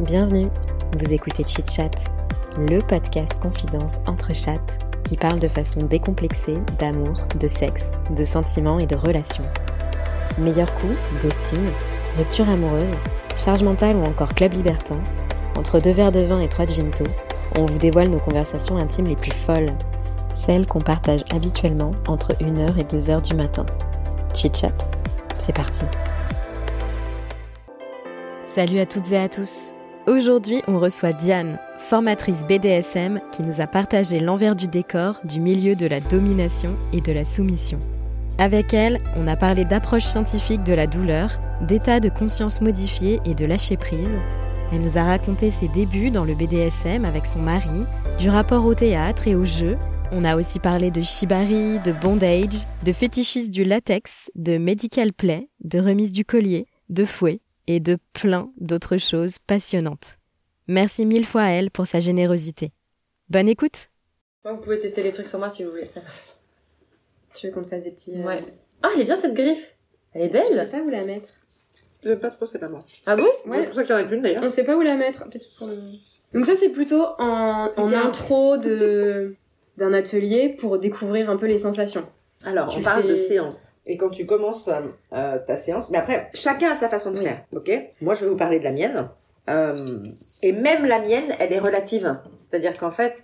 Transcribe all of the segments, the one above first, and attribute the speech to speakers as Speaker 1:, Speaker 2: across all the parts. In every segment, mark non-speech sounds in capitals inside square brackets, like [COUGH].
Speaker 1: Bienvenue, vous écoutez Chit Chat, le podcast confidence entre chattes qui parle de façon décomplexée d'amour, de sexe, de sentiments et de relations. Meilleur coup, ghosting, rupture amoureuse, charge mentale ou encore club libertin, entre deux verres de vin et trois ginto, on vous dévoile nos conversations intimes les plus folles, celles qu'on partage habituellement entre 1h et 2h du matin. Chit Chat, c'est parti. Salut à toutes et à tous. Aujourd'hui, on reçoit Diane, formatrice BDSM, qui nous a partagé l'envers du décor du milieu de la domination et de la soumission. Avec elle, on a parlé d'approche scientifique de la douleur, d'état de conscience modifié et de lâcher prise. Elle nous a raconté ses débuts dans le BDSM avec son mari, du rapport au théâtre et au jeu. On a aussi parlé de shibari, de bondage, de fétichisme du latex, de medical play, de remise du collier, de fouet et de plein d'autres choses passionnantes. Merci mille fois à elle pour sa générosité. Bonne écoute
Speaker 2: Ouais, vous pouvez tester les trucs sur moi si vous voulez. ça.
Speaker 3: Tu veux qu'on te fasse des petits. euh,
Speaker 2: Ouais. Ah, elle est bien cette griffe. Elle est
Speaker 3: Je
Speaker 2: belle.
Speaker 3: sais pas où la mettre.
Speaker 4: J'aime pas trop, c'est pas moi.
Speaker 2: Ah bon
Speaker 4: C'est
Speaker 3: Ouais.
Speaker 4: pour ça qu'il y en a qu'une d'ailleurs.
Speaker 3: On sait pas où la mettre. Peut-être pour le- Donc ça c'est plutôt en, en
Speaker 2: Ok.
Speaker 3: intro de d'un atelier pour découvrir un peu les sensations.
Speaker 4: Alors,
Speaker 3: Tu
Speaker 4: on parle
Speaker 3: fais-
Speaker 4: de séance. Et quand tu commences euh, euh, ta séance, mais après, chacun a sa façon de
Speaker 3: Oui.
Speaker 4: faire, ok Moi, je vais vous parler de la mienne. Euh, et même la mienne, elle est relative. C'est-à-dire qu'en fait,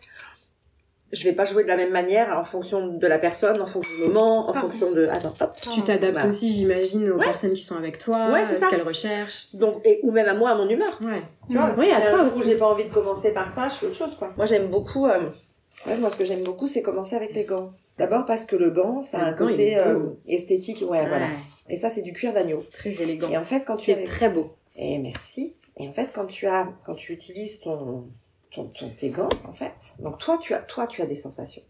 Speaker 4: je vais pas jouer de la même manière en fonction de la personne, en fonction du moment, en fonction de... Attends, hop.
Speaker 2: Ah.
Speaker 3: Tu t'adaptes
Speaker 4: Bah.
Speaker 3: aussi, j'imagine, aux
Speaker 4: Ouais.
Speaker 3: personnes qui sont avec toi,
Speaker 4: Ouais,
Speaker 3: à
Speaker 4: c'est
Speaker 3: ce
Speaker 4: ça.
Speaker 3: qu'elles recherchent.
Speaker 4: Donc, et, ou même à moi, à mon humeur.
Speaker 3: Ouais.
Speaker 4: Tu vois,
Speaker 3: Oui,
Speaker 4: si
Speaker 3: à
Speaker 4: c'est un
Speaker 3: toi
Speaker 4: jour où
Speaker 3: aussi.
Speaker 4: j'ai pas envie de commencer par ça, je fais autre chose, quoi. Moi, j'aime beaucoup. euh, ouais, moi, ce que j'aime beaucoup, c'est commencer avec les gants. D'abord parce que le gant, ça a
Speaker 3: Le
Speaker 4: un
Speaker 3: gant, il
Speaker 4: côté
Speaker 3: est beau.
Speaker 4: euh, esthétique, ouais, voilà. Et ça, c'est du cuir d'agneau.
Speaker 3: Très élégant.
Speaker 4: Et en fait, quand tu
Speaker 3: C'est
Speaker 4: as
Speaker 3: très beau.
Speaker 4: et merci. Et en fait, quand tu as, quand tu utilises ton, ton, ton- tes gants, en fait, donc toi, tu as, toi, tu as des sensations.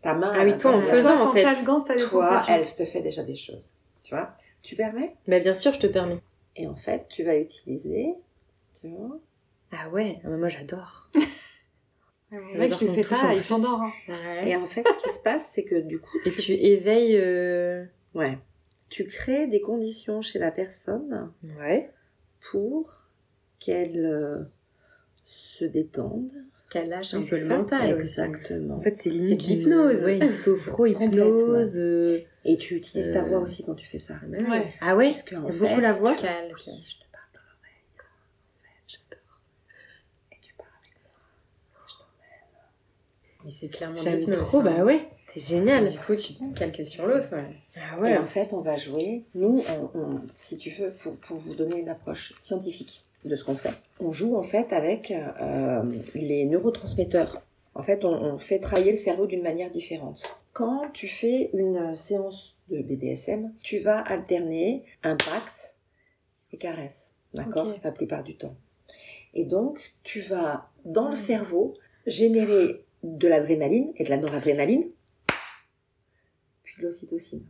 Speaker 4: Ta main.
Speaker 2: Ah oui, toi, en
Speaker 4: euh,
Speaker 2: faisant, en
Speaker 5: quand
Speaker 2: fait.
Speaker 5: t'as le gant, t'as des
Speaker 4: Toi,
Speaker 5: sensations.
Speaker 4: elle te fait déjà des choses. Tu vois. Tu permets.
Speaker 2: Bah bien sûr, je te permets.
Speaker 4: Et en fait, tu vas utiliser. Tu vois.
Speaker 2: Ah ouais, ah bah moi j'adore.
Speaker 5: Le mec, je lui
Speaker 2: qu'on
Speaker 5: fais
Speaker 2: touche en
Speaker 5: ça, il
Speaker 2: plus.
Speaker 5: s'endort. hein.
Speaker 2: Ouais.
Speaker 4: Et en fait, ce qui se passe, c'est que du coup,
Speaker 2: Et tu éveilles... euh,
Speaker 4: Ouais. Tu crées des conditions chez la personne
Speaker 2: Ouais.
Speaker 4: pour qu'elle euh, se détende.
Speaker 2: Qu'elle lâche
Speaker 3: un
Speaker 2: Ah, un
Speaker 3: peu
Speaker 2: peu
Speaker 3: le
Speaker 2: le
Speaker 3: mental.
Speaker 2: mental
Speaker 4: Exactement.
Speaker 2: En fait, c'est
Speaker 3: limite
Speaker 2: limite
Speaker 3: une-
Speaker 2: l'hypnose.
Speaker 3: ouais,
Speaker 2: une sophro-hypnose.
Speaker 4: Complètement. Et tu utilises ta
Speaker 2: Euh,
Speaker 4: voix aussi quand tu fais ça.
Speaker 5: Ouais.
Speaker 2: Ah ouais
Speaker 4: Parce que, en
Speaker 2: T'aimes beaucoup
Speaker 4: fait,
Speaker 2: la voix
Speaker 4: tu-
Speaker 2: Calme.
Speaker 4: Oui, je te parle dans l'oreille. En fait, j'adore. Et tu parles avec moi. Je t'emmène.
Speaker 3: Mais c'est clairement
Speaker 2: J'aime
Speaker 3: l'hypnose,
Speaker 2: trop,
Speaker 3: hein.
Speaker 2: bah ouais. C'est génial.
Speaker 3: Du coup, tu te calques sur l'autre. ouais.
Speaker 2: Ah
Speaker 4: Et
Speaker 2: ouais.
Speaker 4: en fait, on va jouer, nous, on- on- si tu veux, pour, pour vous donner une approche scientifique de ce qu'on fait. On joue en fait avec euh, les neurotransmetteurs. En fait, on, on fait travailler le cerveau d'une manière différente. Quand tu fais une séance de BDSM, tu vas alterner impact et caresse, d'accord
Speaker 5: Ok.
Speaker 4: La plupart du temps. Et donc, tu vas, dans le
Speaker 2: Ah.
Speaker 4: cerveau, générer de l'adrénaline et de la noradrénaline, puis de l'ocytocine.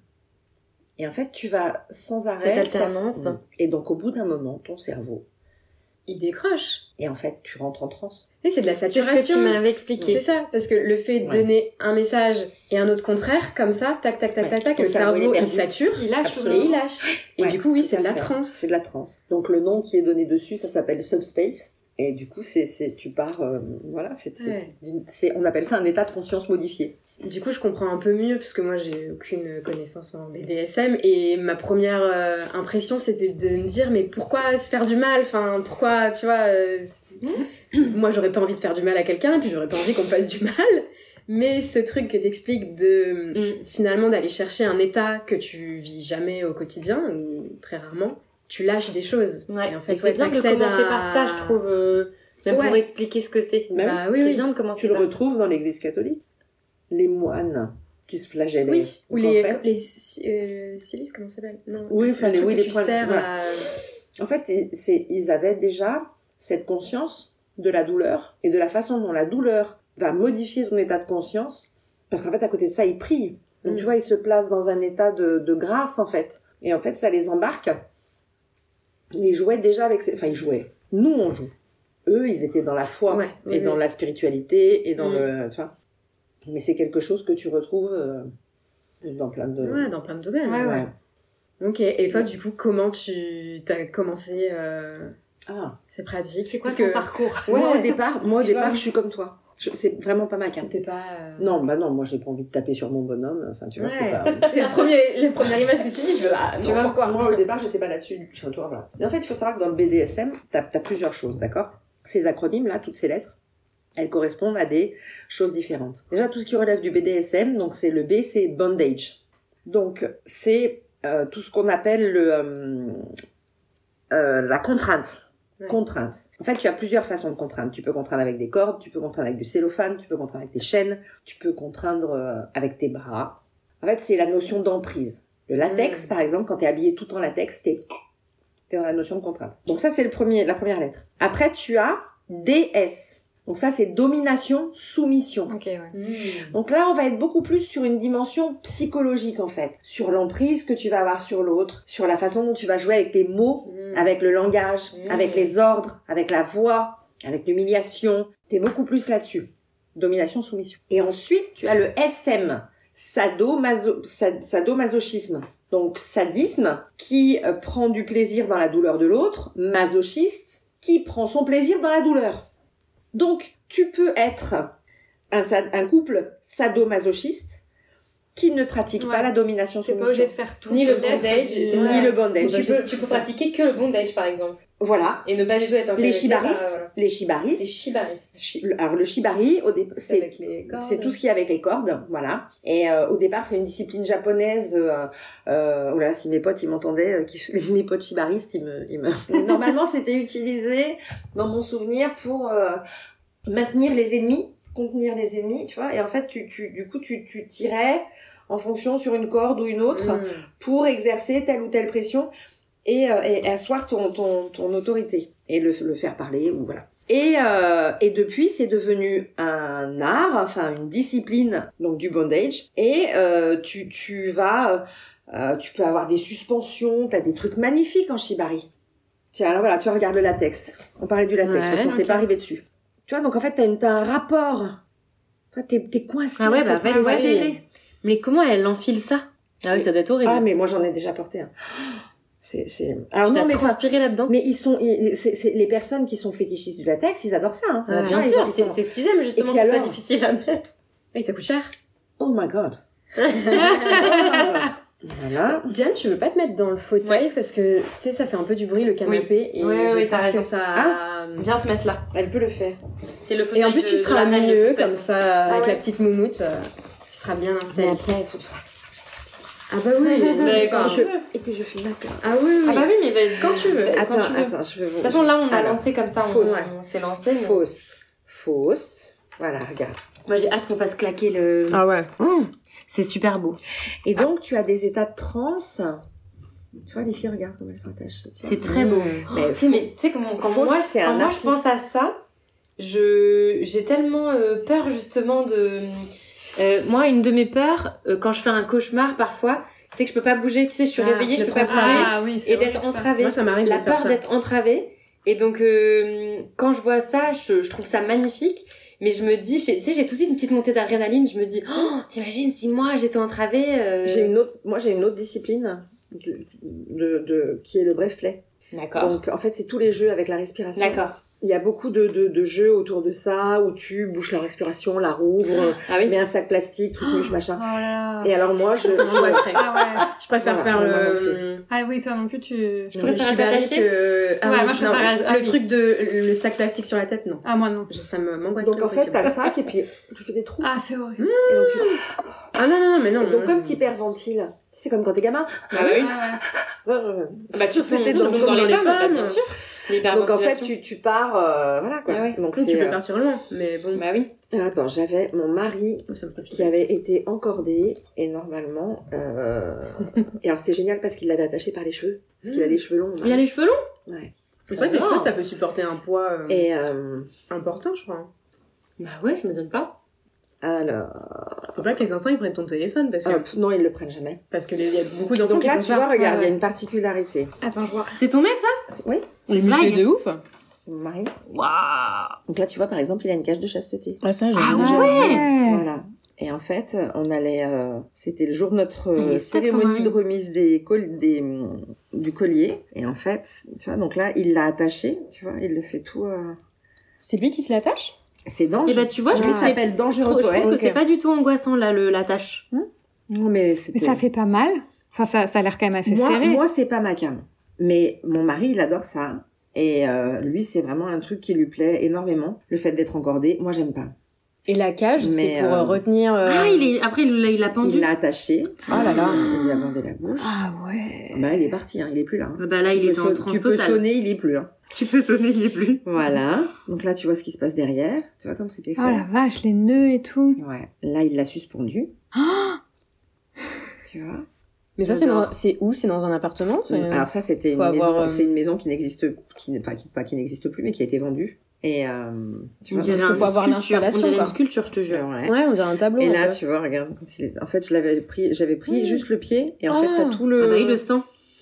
Speaker 4: Et en fait, tu vas sans arrêt.
Speaker 2: Cette alternance.
Speaker 4: faire- Et donc, au bout d'un moment, ton cerveau.
Speaker 3: Il décroche.
Speaker 4: Et en fait, tu rentres en transe.
Speaker 3: Et c'est de la
Speaker 2: C'est ce que tu
Speaker 3: saturation.
Speaker 2: m'avais
Speaker 3: C'est
Speaker 2: expliqué.
Speaker 3: ça, parce que le fait de
Speaker 4: Ouais.
Speaker 3: donner un message et un autre contraire, comme ça, tac, tac, tac,
Speaker 4: Ouais.
Speaker 3: tac, tac,
Speaker 4: Ton
Speaker 3: le
Speaker 4: cerveau, il est
Speaker 3: cerveau, il
Speaker 4: perdu.
Speaker 3: sature,
Speaker 5: Il lâche
Speaker 3: et
Speaker 4: Absolument.
Speaker 3: il lâche. Et
Speaker 4: Ouais,
Speaker 3: du coup, oui,
Speaker 4: tout
Speaker 3: c'est de
Speaker 4: à
Speaker 3: la
Speaker 4: fait.
Speaker 3: transe.
Speaker 4: C'est de la transe. Donc, le nom qui est donné dessus, ça s'appelle subspace. Et du coup, c'est, c'est- tu pars. euh, voilà, c'est, c'est-
Speaker 3: Ouais.
Speaker 4: c'est d'une- c'est- on appelle ça un état de conscience modifié.
Speaker 3: Du coup, je comprends un peu mieux, parce que moi, j'ai aucune connaissance en BDSM, et ma première euh, impression, c'était de me dire, mais pourquoi se faire du mal Enfin, pourquoi, tu vois, euh, c'est- moi, j'aurais pas envie de faire du mal à quelqu'un, puis j'aurais pas envie qu'on me fasse du mal. Mais ce truc que t'expliques de
Speaker 5: Mm.
Speaker 3: finalement d'aller chercher un état que tu vis jamais au quotidien, ou très rarement, tu lâches des choses.
Speaker 5: Ouais.
Speaker 3: Et en fait,
Speaker 5: Mais c'est bien de
Speaker 3: t'accèdes
Speaker 5: commencer
Speaker 3: à-
Speaker 5: par ça, je trouve. euh, Même pour
Speaker 3: Ouais.
Speaker 5: expliquer ce que c'est.
Speaker 4: Même,
Speaker 3: Bah oui,
Speaker 5: c'est
Speaker 3: oui.
Speaker 5: bien de commencer
Speaker 4: tu le
Speaker 5: par ça.
Speaker 4: retrouves dans l'église catholique. Les moines qui se flagellaient.
Speaker 3: Oui, ou
Speaker 4: Donc, en
Speaker 3: les,
Speaker 4: fait-
Speaker 3: les si- euh, silices, comment ça s'appelle Non.
Speaker 4: Oui,
Speaker 3: le
Speaker 4: enfin, les-
Speaker 3: truc
Speaker 4: oui,
Speaker 3: que
Speaker 4: les
Speaker 3: tu
Speaker 4: poils,
Speaker 3: sers
Speaker 4: voilà.
Speaker 3: à-
Speaker 4: En fait, i- c'est, ils avaient déjà cette conscience de la douleur et de la façon dont la douleur va modifier ton état de conscience. Parce qu'en fait, à côté de ça, ils prient. Donc,
Speaker 3: Mm.
Speaker 4: tu vois, ils se placent dans un état de, de grâce, en fait. Et en fait, ça les embarque. Ils jouaient déjà avec... ces- Enfin, ils jouaient. Nous, on joue. Eux, ils étaient dans la foi
Speaker 3: Ouais,
Speaker 4: et
Speaker 3: oui,
Speaker 4: dans
Speaker 3: oui.
Speaker 4: la spiritualité et dans
Speaker 3: Mm.
Speaker 4: le... Tu vois. Mais c'est quelque chose que tu retrouves euh, dans plein de...
Speaker 3: Ouais, dans plein de domaines.
Speaker 5: Ouais,
Speaker 4: Ouais.
Speaker 3: Ok, et toi, du coup, comment tu as commencé euh,
Speaker 4: Ah.
Speaker 3: C'est pratique.
Speaker 6: C'est quoi
Speaker 3: parce
Speaker 6: ton
Speaker 3: que
Speaker 6: parcours [LAUGHS]
Speaker 4: Moi, au départ, moi, au Tu vois. départ, je suis comme toi. Je- C'est vraiment pas ma carte.
Speaker 3: C'était pas. euh,
Speaker 4: Non, bah non, moi, j'ai pas envie de taper sur mon bonhomme. Enfin, tu vois, c'est
Speaker 3: Ouais.
Speaker 4: pas.
Speaker 3: Les, premiers, les premières images que tu dis, je veux là.
Speaker 4: tu vois, moi, au départ, j'étais pas là-dessus. Enfin, tu vois, voilà. Mais en fait, il faut savoir que dans le BDSM, t'as as plusieurs choses, d'accord Ces acronymes, là, toutes ces lettres, elles correspondent à des choses différentes. Déjà, tout ce qui relève du BDSM, donc c'est le B, c'est bondage. Donc, c'est euh, tout ce qu'on appelle le, euh, euh, la contrainte.
Speaker 3: Ouais.
Speaker 4: Contrainte. En fait, tu as plusieurs façons de contraindre. Tu peux contraindre avec des cordes, tu peux contraindre avec du cellophane, tu peux contraindre avec des chaînes, tu peux contraindre euh, avec tes bras. En fait, c'est la notion d'emprise. Le latex, par exemple, quand tu es habillé tout en latex, t'es es dans la notion de contrainte. Donc ça, c'est le premier, la première lettre. Après, tu as DS. Donc ça, c'est domination, soumission.
Speaker 7: Mm.
Speaker 6: Ok, ouais.
Speaker 4: Donc là, on va être beaucoup plus sur une dimension psychologique, en fait. Sur l'emprise que tu vas avoir sur l'autre, sur la façon dont tu vas jouer avec tes mots,
Speaker 7: Mm.
Speaker 4: avec le langage,
Speaker 3: Mmh.
Speaker 4: avec les ordres, avec la voix, avec l'humiliation. T'es beaucoup plus là-dessus. Domination, soumission. Et ensuite, tu as le SM, sadomaso- sad- sadomasochisme. Donc sadisme, qui euh, prend du plaisir dans la douleur de l'autre, masochiste, qui prend son plaisir dans la douleur. Donc, tu peux être un, sad- un couple sadomasochiste qui ne pratique
Speaker 6: Ouais.
Speaker 4: pas la domination
Speaker 6: T'es pas obligé
Speaker 4: soumission,
Speaker 6: de faire tout.
Speaker 7: Ni le
Speaker 6: peut-être,
Speaker 7: bondage,
Speaker 6: ni-
Speaker 7: de-
Speaker 4: ni
Speaker 7: Voilà.
Speaker 4: le
Speaker 7: Ou
Speaker 4: bondage.
Speaker 7: tu, peux, tu peux pratiquer que le bondage, par exemple,
Speaker 4: Voilà,
Speaker 7: et ne pas du tout être
Speaker 4: les
Speaker 7: intéressé par,
Speaker 4: shibaristes,
Speaker 7: euh,
Speaker 4: les
Speaker 7: les
Speaker 4: shibaristes,
Speaker 7: shibaristes.
Speaker 4: chi- le- alors le shibari, au dé-
Speaker 3: C'est
Speaker 4: c'est
Speaker 3: avec les cordes.
Speaker 4: c'est tout ce qui est avec les cordes, voilà. Et euh, au départ, c'est une discipline japonaise. Euh, euh, oh là, là, si mes potes ils m'entendaient, euh, qui- [LAUGHS] mes potes shibaristes, ils me, ils me- Normalement, c'était utilisé dans mon souvenir pour euh, maintenir les ennemis, contenir les ennemis, tu vois. Et en fait, tu, tu, du coup, tu, tu tirais en fonction sur une corde ou une autre
Speaker 6: Mm.
Speaker 4: pour exercer telle ou telle pression et, euh, et asseoir ton, ton, ton autorité et le, le faire parler ou voilà. Et, euh, et depuis, c'est devenu un art, enfin une discipline donc du bondage. Et euh, tu, tu vas, euh, euh, tu peux avoir des suspensions, t'as des trucs magnifiques en shibari. Tiens, alors voilà, tu regardes le latex. On parlait du latex
Speaker 6: Ouais,
Speaker 4: parce qu'on s'est
Speaker 6: ok.
Speaker 4: pas arrivé dessus. Tu vois, donc en fait, t'as une- t'as un rapport. Toi, t'es t'es coincé.
Speaker 7: Ah ouais,
Speaker 4: en fait,
Speaker 7: bah, ouais,
Speaker 4: t'es
Speaker 7: ouais.
Speaker 4: scellé.
Speaker 7: Mais comment elle enfile ça Ah oui, ça doit être horrible.
Speaker 4: Ah, mais moi j'en ai déjà porté un. C'est, c'est... Alors
Speaker 7: tu
Speaker 4: non,
Speaker 7: dois
Speaker 4: mais, enfin,
Speaker 7: transpirer là-dedans.
Speaker 4: mais ils sont, ils- c'est, c'est- les personnes qui sont fétichistes du latex, ils adorent ça. Hein.
Speaker 7: Ah,
Speaker 4: Tu
Speaker 7: bien
Speaker 4: vois, ils
Speaker 7: sûr,
Speaker 4: ont- ils
Speaker 7: c'est
Speaker 4: sont-
Speaker 7: c'est ce qu'ils aiment justement,
Speaker 4: Et
Speaker 7: que
Speaker 4: puis
Speaker 7: ce soit
Speaker 4: alors
Speaker 7: difficile à mettre.
Speaker 3: Et ça coûte cher.
Speaker 4: Oh my god. voilà.
Speaker 3: Diane, tu veux pas te mettre dans le fauteuil parce que tu sais, ça fait un peu du bruit le canapé et
Speaker 6: Ouais,
Speaker 3: j'ai
Speaker 6: ouais,
Speaker 3: peur
Speaker 6: t'as raison.
Speaker 3: que ça.
Speaker 4: Ah.
Speaker 6: Viens te mettre là.
Speaker 4: Elle peut le faire.
Speaker 7: C'est le fauteuil
Speaker 3: Et en plus,
Speaker 7: de-
Speaker 3: tu
Speaker 7: de
Speaker 3: seras
Speaker 7: la reine, de
Speaker 3: mieux
Speaker 7: toute
Speaker 3: comme
Speaker 7: façon.
Speaker 3: ça avec
Speaker 6: Ah ouais.
Speaker 3: la petite moumoute. euh, Tu seras bien
Speaker 4: Mais
Speaker 3: installée.
Speaker 4: après, il faut.
Speaker 3: Ah bah oui.
Speaker 7: Mais quand
Speaker 3: je...
Speaker 7: tu veux.
Speaker 4: Et que je fais d'accord.
Speaker 3: Ah oui, oui.
Speaker 6: Ah bah oui, mais bah,
Speaker 3: Quand tu
Speaker 7: Euh,
Speaker 3: veux.
Speaker 6: Quand
Speaker 4: Attends,
Speaker 6: tu veux. De
Speaker 4: attends, je vais vous.
Speaker 6: toute façon, là, on a
Speaker 4: Alors.
Speaker 6: lancé comme ça. on-
Speaker 4: Fausse.
Speaker 6: On s'est lancé. mais-
Speaker 4: Faust. Faust. Voilà, regarde.
Speaker 7: Moi, j'ai hâte qu'on fasse claquer le.
Speaker 4: Ah ouais.
Speaker 7: Mmh, c'est super beau.
Speaker 4: Et donc, tu as des états de transe. Tu vois, les filles, regarde comme elles sont attachées. tu vois.
Speaker 7: C'est très beau.
Speaker 4: Mais
Speaker 6: Tu sais, mais tu sais, quand, quand
Speaker 4: Fausse,
Speaker 6: moi,
Speaker 4: c'est
Speaker 6: quand
Speaker 4: un
Speaker 6: moi je
Speaker 4: artiste.
Speaker 6: pense à ça, je j'ai tellement euh, peur justement de.
Speaker 7: Euh, moi, une de mes peurs, euh, quand je fais un cauchemar parfois, c'est que je peux pas bouger. Tu sais, je suis
Speaker 3: Ah,
Speaker 7: réveillée, je
Speaker 3: d'être
Speaker 7: peux pas
Speaker 3: entravée.
Speaker 7: bouger.
Speaker 6: oui,
Speaker 7: et d'être entravée.
Speaker 3: Moi, ça m'arrive
Speaker 7: la
Speaker 3: de faire
Speaker 7: peur
Speaker 3: ça.
Speaker 7: d'être entravée. Et donc, euh, quand je vois ça, je, je trouve ça magnifique. Mais je me dis, j'ai- tu sais, j'ai tout de suite une petite montée d'adrénaline. Je me dis, oh, t'imagines si moi j'étais entravée euh,
Speaker 4: J'ai une autre, moi j'ai une autre discipline de, de, de- qui est le bref play.
Speaker 7: D'accord.
Speaker 4: Donc en fait c'est tous les jeux avec la respiration.
Speaker 7: D'accord.
Speaker 4: Il y a beaucoup de, de, de jeux autour de ça où tu bouches la respiration, la rouvres,
Speaker 7: Ah oui. Ah.
Speaker 4: mets un sac plastique, truc mouche
Speaker 5: Oh
Speaker 4: machin.
Speaker 5: là là.
Speaker 4: Et alors moi je,
Speaker 5: [LAUGHS]
Speaker 4: [LAUGHS]
Speaker 3: Ça m'angoisserait.
Speaker 5: Ah ouais.
Speaker 3: Je préfère
Speaker 4: Voilà,
Speaker 3: faire
Speaker 4: moi non
Speaker 3: le.
Speaker 5: Ah oui, toi non plus, tu.
Speaker 4: Je
Speaker 3: le
Speaker 7: préfère
Speaker 3: shibari
Speaker 7: t'attacher.
Speaker 3: que- Ah
Speaker 5: Ouais,
Speaker 3: oui,
Speaker 5: moi, je
Speaker 3: non,
Speaker 5: préfère- ah
Speaker 3: Le
Speaker 5: oui.
Speaker 3: truc de le sac plastique sur la tête, non.
Speaker 5: Ah, moi non.
Speaker 3: Je- Ça me- m'angoisse.
Speaker 4: donc
Speaker 3: pas
Speaker 4: en fait
Speaker 3: possible.
Speaker 4: t'as le sac et puis tu fais des trous.
Speaker 5: Ah, c'est horrible.
Speaker 8: Hmm
Speaker 4: Et donc, tu-
Speaker 3: Ah non, non, non, mais non.
Speaker 4: donc
Speaker 3: moi,
Speaker 4: comme
Speaker 3: je-
Speaker 4: t'hyperventiles, c'est comme quand t'es gamin.
Speaker 7: Ah bah oui.
Speaker 5: Ah
Speaker 7: Bah, tu retombes
Speaker 4: C'était
Speaker 7: tu
Speaker 4: dans-
Speaker 7: tombes dans, les pommes, bah, bien sûr.
Speaker 4: Donc en fait
Speaker 7: L'hyperventilation.
Speaker 4: tu, tu pars euh, voilà quoi.
Speaker 7: Ah ouais.
Speaker 4: Donc
Speaker 3: Oui,
Speaker 4: c'est,
Speaker 3: tu peux
Speaker 4: euh,
Speaker 3: partir loin, mais bon,
Speaker 7: Bah oui.
Speaker 4: Attends j'avais mon mari
Speaker 3: moi, ça me préoccupe.
Speaker 4: qui avait été encordé et normalement
Speaker 3: [LAUGHS]
Speaker 4: euh, et alors c'était génial parce qu'il l'avait attaché par les cheveux parce qu'il a les cheveux longs
Speaker 7: Ah. Il a les cheveux longs
Speaker 4: Ouais.
Speaker 3: Mais c'est vrai que les
Speaker 7: Non.
Speaker 3: cheveux, ça peut supporter un poids euh,
Speaker 4: et euh,
Speaker 3: important, je crois.
Speaker 7: Bah ouais, je me donne pas.
Speaker 4: alors
Speaker 3: Faut pas que les enfants ils prennent ton téléphone parce que,
Speaker 4: hop, non ils le prennent jamais
Speaker 3: parce que les- il y a beaucoup d'enfants
Speaker 4: donc
Speaker 3: qui
Speaker 4: là
Speaker 3: font
Speaker 4: tu
Speaker 3: ça.
Speaker 4: vois regarde il y a
Speaker 5: ouais.
Speaker 4: une particularité
Speaker 5: ouais. Attends, je vois.
Speaker 7: C'est ton mec ça
Speaker 4: C'est- oui
Speaker 7: C'est une blague.
Speaker 9: ouf.
Speaker 4: mon mari
Speaker 7: Waouh
Speaker 4: donc là tu vois par exemple il a une cage de chasteté
Speaker 9: Ah ça,
Speaker 7: Ah
Speaker 9: déjà
Speaker 7: ouais
Speaker 9: vu.
Speaker 4: voilà Et en fait, on allait, euh, c'était le jour de notre euh,
Speaker 8: Allez,
Speaker 4: cérémonie
Speaker 8: Satomaru.
Speaker 4: de remise des col- des, hum, du collier. Et en fait, tu vois, donc là, il l'a attaché, tu vois, il le fait tout. euh,
Speaker 8: C'est lui qui se l'attache
Speaker 4: C'est dangereux.
Speaker 2: Et bah, tu vois, je
Speaker 4: je
Speaker 2: trouve que c'est-
Speaker 4: s'appelle
Speaker 2: je
Speaker 4: dangereux
Speaker 2: trouve je
Speaker 4: poète.
Speaker 2: trouve que c'est
Speaker 4: Ok.
Speaker 2: pas du tout angoissant, là, le- la tâche.
Speaker 4: Non, mais,
Speaker 8: Mais
Speaker 4: c'était-
Speaker 8: ça fait pas mal. Enfin, ça, ça a l'air quand même assez
Speaker 4: moi,
Speaker 8: serré.
Speaker 4: Moi, c'est pas ma cam. Mais mon mari, il adore ça. Et euh, lui, c'est vraiment un truc qui lui plaît énormément. Le fait d'être encordé, moi, j'aime pas.
Speaker 8: Et la cage, c'est
Speaker 4: Mais,
Speaker 8: pour euh,
Speaker 4: euh,
Speaker 8: retenir. euh,
Speaker 2: Ah, il est... après, il l'a il l'a pendu.
Speaker 4: Il l'a attaché.
Speaker 8: Oh là là.
Speaker 4: Il lui a bandé la bouche.
Speaker 8: Ah ouais.
Speaker 4: Bah, il est parti, hein, il est plus là. hein.
Speaker 2: Ah Bah là,
Speaker 4: Tu
Speaker 2: il
Speaker 4: peux
Speaker 2: était en
Speaker 4: sa-
Speaker 2: transe
Speaker 4: Tu peux
Speaker 2: totale.
Speaker 4: sonner, il est plus. hein.
Speaker 2: [LAUGHS] Tu peux sonner, il est plus.
Speaker 4: Voilà. Donc là, tu vois ce qui se passe derrière. Tu vois comme c'était fait.
Speaker 8: Oh la vache, les nœuds et tout.
Speaker 4: Ouais. Là, il l'a suspendu. tu vois.
Speaker 8: Mais ça, c'est
Speaker 2: J'adore.
Speaker 8: dans- c'est où C'est dans un appartement c'est-
Speaker 4: Alors ça, c'était une
Speaker 8: faut avoir,
Speaker 4: maison.
Speaker 8: euh,
Speaker 4: C'est une maison qui n'existe, qui n'est pas, qui, pas qui n'existe plus, mais qui a été vendue. Et euh, tu
Speaker 2: On
Speaker 4: vois.
Speaker 2: dirait
Speaker 8: parce qu'il
Speaker 2: un-
Speaker 8: faut avoir
Speaker 2: une sculpture.
Speaker 8: l'installation,
Speaker 2: On dirait
Speaker 8: quoi.
Speaker 2: une sculpture, je te jure.
Speaker 4: Ouais.
Speaker 8: Ouais, on dirait un tableau.
Speaker 4: Et
Speaker 2: Oh,
Speaker 8: un
Speaker 4: là,
Speaker 8: peu.
Speaker 4: tu vois, regarde, quand il est... en fait, je l'avais pris, j'avais pris
Speaker 8: Mm.
Speaker 4: juste le pied, et en fait,
Speaker 8: Ah.
Speaker 4: t'as tout le.
Speaker 2: Ah bah, il le sent.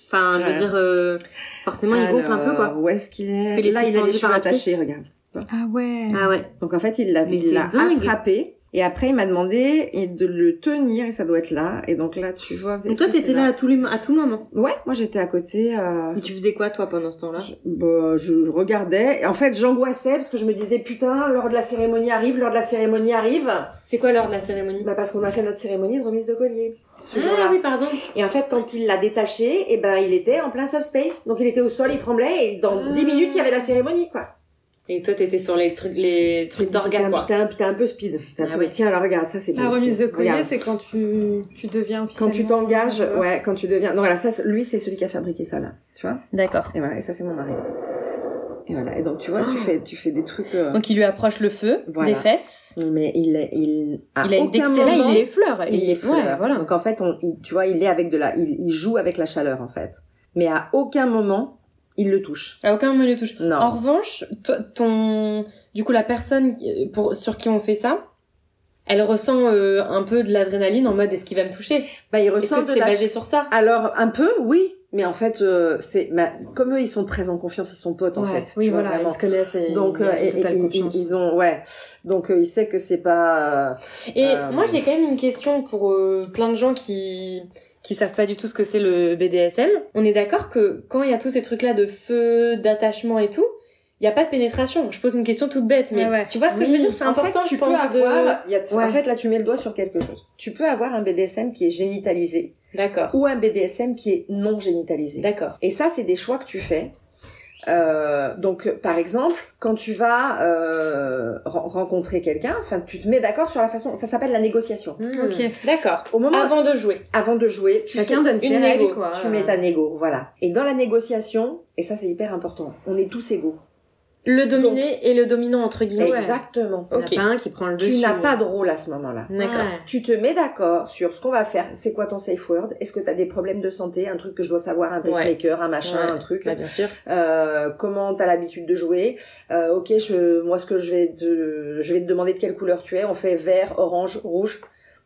Speaker 2: Enfin, je veux
Speaker 4: Euh. Ouais.
Speaker 2: dire, euh, forcément, il gonfle un peu, quoi.
Speaker 4: Alors, euh, Où est-ce qu'il est,
Speaker 2: Parce que les
Speaker 4: Là, il a les
Speaker 2: suspendus
Speaker 4: cheveux
Speaker 2: par un pied.
Speaker 4: attachés, regarde.
Speaker 8: Ah ouais.
Speaker 2: Ah ouais.
Speaker 4: Donc en fait, il l'a
Speaker 2: Mais
Speaker 4: il
Speaker 2: c'est
Speaker 4: l'a
Speaker 2: dingue.
Speaker 4: attrapé, et après, il m'a demandé et de le tenir, et ça doit être là. Et donc là, tu vois.
Speaker 2: Donc toi,
Speaker 4: est-ce que
Speaker 2: t'étais
Speaker 4: c'est
Speaker 2: là à, tous les... mo- à tout moment.
Speaker 4: Ouais, moi j'étais à côté. euh,
Speaker 2: Mais tu faisais quoi, toi, pendant ce temps-là
Speaker 4: Je, bah, je regardais. Et En fait, j'angoissais parce que je me disais putain, l'heure de la cérémonie arrive, l'heure de la cérémonie arrive.
Speaker 2: C'est quoi l'heure de la cérémonie
Speaker 4: Bah parce qu'on a fait notre cérémonie de remise de collier ce
Speaker 2: Ah
Speaker 4: jour-là.
Speaker 2: oui, pardon.
Speaker 4: Et en fait, quand il l'a détaché, et ben il était en plein subspace, donc il était au sol, il tremblait, et dans 10 minutes il y avait la cérémonie quoi.
Speaker 2: Et toi, t'étais sur les trucs, les trucs d'organes,
Speaker 4: J'étais un-
Speaker 2: quoi.
Speaker 4: J'étais un, j'étais un peu speed. J'étais un
Speaker 2: Ah
Speaker 4: peu-
Speaker 2: ouais.
Speaker 4: Tiens alors regarde, ça c'est
Speaker 5: La
Speaker 4: beau aussi.
Speaker 5: remise de collier,
Speaker 4: Regarde.
Speaker 5: c'est quand tu, tu deviens
Speaker 4: quand
Speaker 5: officiellement...
Speaker 4: tu t'engages, ouais, quand tu deviens. Non voilà, ça c'est- lui c'est celui qui a fabriqué ça là, tu vois.
Speaker 7: D'accord.
Speaker 4: Et voilà, et ça c'est mon mari. Et voilà, et donc tu vois, tu fais, tu fais des trucs. euh,
Speaker 7: Donc il lui approche le feu
Speaker 4: Voilà.
Speaker 7: des fesses.
Speaker 4: Mais il, est- il, à
Speaker 7: Il a une
Speaker 4: aucun
Speaker 7: dextérité.
Speaker 4: moment,
Speaker 8: Là, il l'effleure.
Speaker 4: il est fleur.
Speaker 8: Ouais, voilà.
Speaker 4: Donc en fait, on, il- tu vois, il est avec de la, il, il joue avec la chaleur en fait. Mais à aucun moment il le touche.
Speaker 7: À aucun moment il le touche.
Speaker 4: Non.
Speaker 7: En revanche, toi- ton, du coup, la personne euh, pour, sur qui on fait ça, elle ressent euh, un peu de l'adrénaline en mode est-ce qu'il va me toucher
Speaker 4: bah, il
Speaker 7: Est-ce
Speaker 4: ressent
Speaker 7: que
Speaker 4: de
Speaker 7: c'est
Speaker 4: la
Speaker 7: basé sur ça
Speaker 4: Alors un peu, oui. Mais en fait, euh, c'est bah, comme eux, ils sont très en confiance, ils sont potes en
Speaker 3: Ouais,
Speaker 4: fait.
Speaker 3: oui,
Speaker 4: tu vois,
Speaker 3: voilà,
Speaker 4: vraiment.
Speaker 3: ils se connaissent et
Speaker 4: Donc
Speaker 3: il y a
Speaker 4: euh, et-
Speaker 3: une totale
Speaker 4: et-
Speaker 3: confiance.
Speaker 4: ils, ils ont ouais. Donc euh, il sait que c'est pas. euh,
Speaker 7: Et
Speaker 4: Euh,
Speaker 7: moi,
Speaker 4: oui.
Speaker 7: j'ai quand même une question pour euh, plein de gens qui qui savent pas du tout ce que c'est le BDSM. On est d'accord que quand il y a tous ces trucs-là de feu, d'attachement et tout, il n'y a pas de pénétration. Je pose une question toute bête, mais
Speaker 5: Ouais, ouais.
Speaker 7: tu vois ce que je veux dire C'est
Speaker 4: En fait,
Speaker 7: important,
Speaker 4: tu
Speaker 7: je pense.
Speaker 4: peux
Speaker 7: de...
Speaker 4: avoir- il y a-
Speaker 3: Ouais.
Speaker 4: En fait, là, tu mets le doigt sur quelque chose. Tu peux avoir un BDSM qui est génitalisé
Speaker 7: D'accord,
Speaker 4: ou un BDSM qui est non génitalisé.
Speaker 7: d'accord.
Speaker 4: Et ça, c'est des choix que tu fais. Euh, donc, par exemple, quand tu vas euh, ren- rencontrer quelqu'un, enfin, tu te mets d'accord sur la façon. Ça s'appelle la négociation.
Speaker 7: Hmm.
Speaker 3: Ok.
Speaker 7: D'accord.
Speaker 4: Au moment
Speaker 7: Avant de jouer.
Speaker 4: avant de jouer, tu
Speaker 3: Chacun
Speaker 4: fais-
Speaker 3: donne ses
Speaker 7: une
Speaker 3: règles,
Speaker 7: négo,
Speaker 3: quoi.
Speaker 4: tu mets ta négo, voilà. Et dans la négociation, et ça c'est hyper important, on est tous égaux.
Speaker 7: Le dominé et le dominant, entre guillemets.
Speaker 4: Exactement.
Speaker 3: Il y en a
Speaker 7: Ok.
Speaker 3: pas un qui prend le dessus.
Speaker 4: Tu n'as pas de rôle à ce moment-là.
Speaker 7: D'accord.
Speaker 3: Ouais.
Speaker 4: Tu te mets d'accord sur ce qu'on va faire. C'est quoi ton safe word Est-ce que tu as des problèmes de santé Un truc que je dois savoir, un pacemaker, un machin,
Speaker 7: Ouais.
Speaker 4: un truc.
Speaker 7: Bah, bien sûr.
Speaker 4: Euh, comment t'as l'habitude de jouer Euh, ok je moi ce que je vais te je vais te demander de quelle couleur tu es on fait vert orange rouge